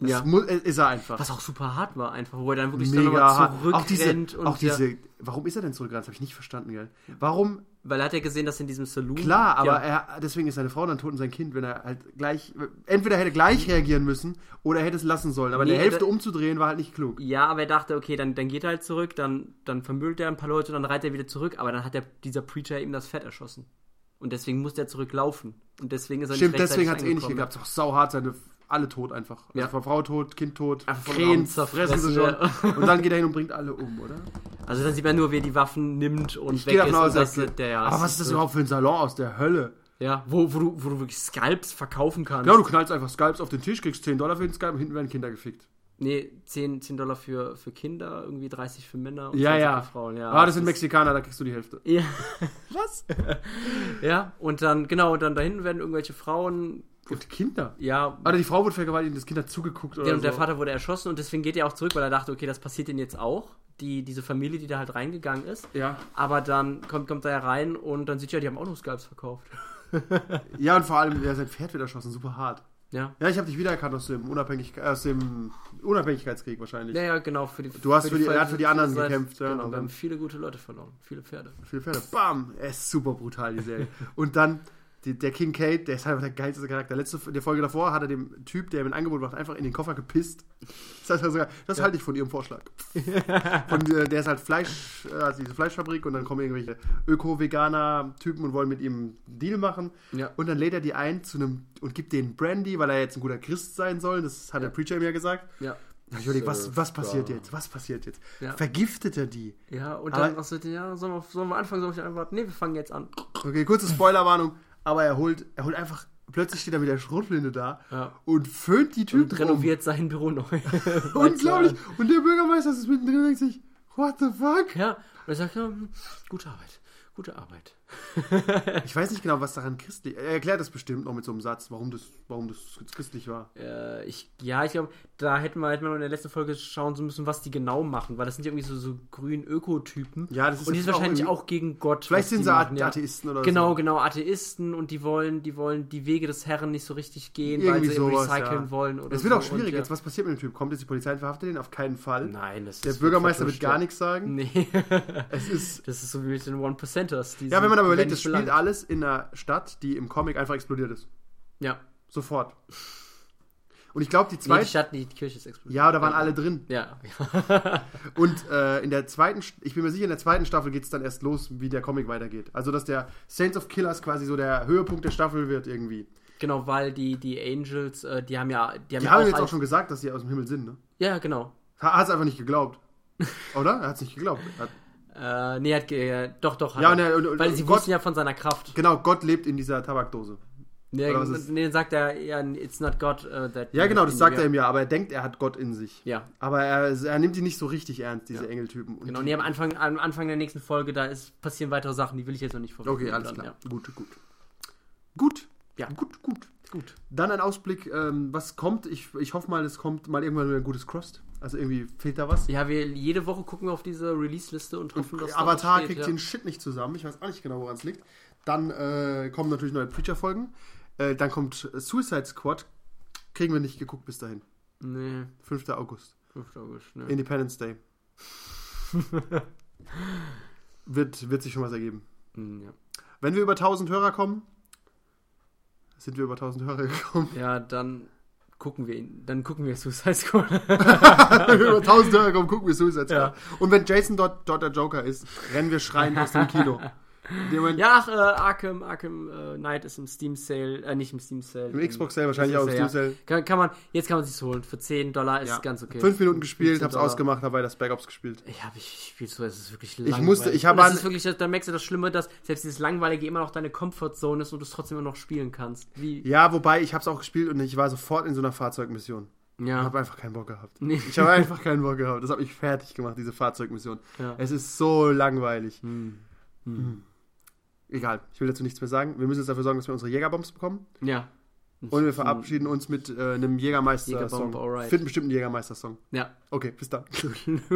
B: Das
A: Ja.
B: mu- äh, ist er einfach.
A: Was auch super hart war, einfach, wo er dann wirklich dann
B: Mega
A: nochmal
B: hart.
A: zurückrennt
B: Auch diese,
A: und
B: auch
A: ja,
B: diese, warum ist er denn zurückgerannt? Das habe ich nicht verstanden, gell? Warum?
A: weil er hat ja gesehen, dass in diesem Saloon.
B: Klar, aber
A: ja,
B: er, deswegen ist seine Frau dann tot und sein Kind, wenn er halt gleich, entweder hätte er gleich reagieren müssen oder er hätte es lassen sollen. Aber
A: Nee,
B: in der Hälfte
A: da-
B: umzudrehen war halt nicht klug.
A: ja, aber er dachte, okay, dann, dann geht er halt zurück, dann, dann vermüllt er ein paar Leute, dann reitet er wieder zurück, aber dann hat der, dieser Preacher ihm das Fett erschossen. Und deswegen musste er zurücklaufen. Und deswegen ist er
B: Stimmt,
A: nicht rechtzeitig
B: deswegen hat es eh nicht
A: angekommen.
B: geklappt. Es war sauhart, seine alle tot einfach.
A: Ja.
B: Also Frau tot, Kind tot,
A: Einfach vom
B: Krähen
A: Raum
B: zerfressen sie schon.
A: zerfressen,
B: Und dann geht er hin und bringt alle um, oder?
A: Also dann sieht man nur, wer die Waffen nimmt und
B: Ich
A: weg
B: gehe
A: ist.
B: davon aus,
A: Und das,
B: dass er-
A: der, ja,
B: Aber
A: es
B: was ist das
A: so-
B: überhaupt für ein Salon aus der Hölle?
A: Ja, wo, wo, du, wo du wirklich Scalps verkaufen kannst.
B: Ja, du knallst einfach Skypes auf den Tisch, kriegst 10 Dollar für den Skype und hinten werden Kinder gefickt.
A: Nee, 10, 10 Dollar für, für Kinder, irgendwie 30 für Männer und
B: Ja,
A: 20
B: ja.
A: für Frauen. Ja,
B: ah, das sind
A: ist-
B: Mexikaner, da kriegst du die Hälfte.
A: Ja. Was? ja, und dann, genau, und dann da hinten werden irgendwelche Frauen,
B: Und Kinder?
A: ja,
B: Alter, die Frau wurde vergewaltigt und das Kind hat zugeguckt oder
A: der,
B: so.
A: und der Vater wurde erschossen und deswegen geht er auch zurück, weil er dachte, okay, das passiert denen jetzt auch. Die, diese Familie, die da halt reingegangen ist.
B: Ja.
A: Aber dann kommt, kommt er ja rein und dann sieht er, die haben auch noch Scalps verkauft.
B: Ja, und vor allem, ja, sein Pferd wird erschossen, super hart.
A: Ja.
B: Ja, ich habe dich wiedererkannt aus dem, Unabhängig aus dem Unabhängigkeitskrieg wahrscheinlich.
A: Ja, ja, genau. Für die,
B: Du hast für die-
A: Fall-
B: er hat für die anderen
A: Seite-
B: gekämpft, ja,
A: Genau,
B: und
A: wir
B: dann-
A: haben viele gute Leute verloren. Viele Pferde.
B: Viele Pferde. Bam! Er ist super brutal, die Serie. Und dann die, der King Kate, der ist einfach der geilste Charakter. Letzte in der Folge davor hat er dem Typ, der ihm ein Angebot macht, einfach in den Koffer gepisst. Das, heißt, er sogar, das halte ich von ihrem Vorschlag. Und äh, der ist halt Fleisch, äh, also diese Fleischfabrik und dann kommen irgendwelche Öko-Veganer-Typen und wollen mit ihm einen Deal machen.
A: Ja.
B: Und dann lädt er die ein zu einem und gibt denen Brandy, weil er jetzt ein guter Christ sein soll. Das hat der Preacher mir ja gesagt.
A: Ja.
B: Da hab Ich überlegt, was, was passiert jetzt? Was passiert jetzt?
A: Ja.
B: Vergiftet er die?
A: Ja, und
B: Aber- Oh.
A: dann was mit den, ja, sollen wir, sollen wir anfangen, sollen wir antworten? Nee, wir fangen jetzt an.
B: Okay, kurze Spoilerwarnung, aber er holt, er holt einfach, plötzlich steht er mit der Schrotflinte da
A: Ja.
B: und föhnt die Typen
A: Und
B: rum.
A: renoviert sein Büro neu.
B: Unglaublich. Und der Bürgermeister ist mittendrin und denkt sich, what the fuck?
A: Ja, und er sagt, ja, hm, gute Arbeit, gute Arbeit.
B: Ich weiß nicht genau, was daran christlich, er erklärt das bestimmt noch mit so einem Satz, warum das, warum das jetzt christlich war.
A: Äh, ich, ja, ich glaube, da hätten wir, hätten wir in der letzten Folge schauen müssen, was die genau machen, weil das sind ja irgendwie so, so grün Ökotypen.
B: Ja, das ist
A: Und die sind
B: auch
A: wahrscheinlich
B: irgendwie-
A: auch gegen Gott.
B: Vielleicht
A: was
B: sind
A: die
B: sie
A: machen, ja.
B: Atheisten oder
A: Genau,
B: so.
A: genau, Atheisten und die wollen, die wollen die Wege des Herrn nicht so richtig gehen,
B: Irgendwie
A: weil sie
B: sowas,
A: recyceln
B: ja.
A: wollen oder
B: Es wird
A: so.
B: auch schwierig
A: und, ja.
B: jetzt, was passiert mit dem Typ? Kommt jetzt die Polizei und verhaftet den? Auf keinen Fall.
A: Nein, das
B: der
A: ist
B: Bürgermeister wird
A: vertuscht,
B: gar
A: ja.
B: nichts sagen.
A: Nee.
B: Es ist,
A: Das ist so wie mit den One-Percenters. die
B: ja, wenn
A: sind
B: man aber überlegt, das
A: blank.
B: spielt alles in einer Stadt, die im Comic einfach explodiert ist.
A: Ja.
B: Sofort. Und ich glaube, die
A: Nee,
B: zweite...
A: die Stadt, die Kirche ist explodiert.
B: Ja, da waren alle drin.
A: Ja.
B: Und äh, in der zweiten, St- ich bin mir sicher, in der zweiten Staffel geht es dann erst los, wie der Comic weitergeht. Also, dass der Saints of Killers quasi so der Höhepunkt der Staffel wird irgendwie.
A: Genau, weil die, die Angels, äh, die haben ja. Die haben,
B: Die
A: ja
B: haben jetzt auch
A: als-
B: schon gesagt, dass sie aus dem Himmel sind, ne?
A: Ja, genau.
B: Ha- Hat's einfach nicht geglaubt. Oder? Er hat's nicht geglaubt. Hat,
A: Äh, nee, hat. ge- äh, doch, doch. Hat
B: Ja,
A: er.
B: und er- und- und-
A: weil sie
B: und Gott-
A: wussten ja von seiner Kraft.
B: genau, Gott lebt in dieser Tabakdose.
A: Nee,
B: oder was ist-
A: nee, dann sagt er, ja, it's not God äh, that.
B: Ja, genau, das sagt er ihm ja, aber er denkt, er hat Gott in sich.
A: Ja.
B: Aber er, er nimmt die nicht so richtig ernst, diese Engeltypen. Und
A: Genau,
B: die-
A: nee, am Anfang, am Anfang der nächsten Folge, da ist, passieren weitere Sachen, die will ich jetzt noch nicht vorwegnehmen.
B: Okay, alles
A: dann,
B: klar.
A: Ja.
B: Gut, gut. Gut.
A: Ja.
B: Gut, gut.
A: Gut.
B: Dann ein Ausblick, ähm, was kommt. Ich, ich hoffe mal, es kommt mal irgendwann wieder ein gutes Crossed. Also irgendwie fehlt da was.
A: Ja, wir jede Woche gucken wir auf diese Release-Liste und hoffen, dass. da was
B: Avatar
A: steht,
B: kriegt
A: ja.
B: den Shit nicht zusammen. Ich weiß auch nicht genau, woran es liegt. Dann äh, kommen natürlich neue Preacher-Folgen. Äh, dann kommt Suicide Squad. Kriegen wir nicht geguckt bis dahin.
A: Nee,
B: 5. August.
A: 5. August, ne.
B: Independence Day. Wird, wird sich schon was ergeben.
A: Hm, Ja.
B: Wenn wir über 1000 Hörer kommen, sind wir über 1000 Hörer gekommen.
A: ja, dann gucken wir ihn. Dann gucken wir Suicide Squad.
B: Wenn wir über 1000 Hörer kommen, gucken wir Suicide Squad.
A: Ja.
B: Und wenn Jason dort, dort der Joker ist, rennen wir schreiend aus dem Kino. In dem Moment-
A: ja, ach, äh, Arkham, Arkham äh, Knight ist im Steam Sale, äh, nicht im Steam Sale.
B: Im Xbox Sale, wahrscheinlich auch im
A: Xbox
B: Steam Sale.
A: Kann, kann man, jetzt kann man sich's holen. Für 10 Dollar ist es ganz okay.
B: Fünf Minuten gespielt,
A: 15
B: hab's
A: Dollar.
B: ausgemacht, hab weiter das Backups gespielt.
A: Ich habe ich spiel so, es ist wirklich langweilig.
B: musste- ich habe
A: Und
B: an-
A: das ist wirklich, da merkst du das Schlimme, dass selbst dieses Langweilige immer noch deine Comfortzone ist und du es trotzdem immer noch spielen kannst. Wie?
B: Ja, wobei ich hab's auch gespielt und ich war sofort in so einer Fahrzeugmission. Ich
A: Ja.
B: habe einfach keinen Bock gehabt.
A: Nee.
B: Ich habe einfach keinen Bock gehabt. Das hat mich fertig gemacht, diese Fahrzeugmission.
A: Ja.
B: Es ist so langweilig. Hm. Egal, ich will dazu nichts mehr sagen. Wir müssen jetzt dafür sorgen, dass wir unsere Jägerbombs bekommen.
A: Ja.
B: Und wir verabschieden uns mit äh, einem Jägermeister-Song.
A: Jägerbomb, alright.
B: Finden bestimmt einen Jägermeister-Song.
A: Ja.
B: Okay, bis dann.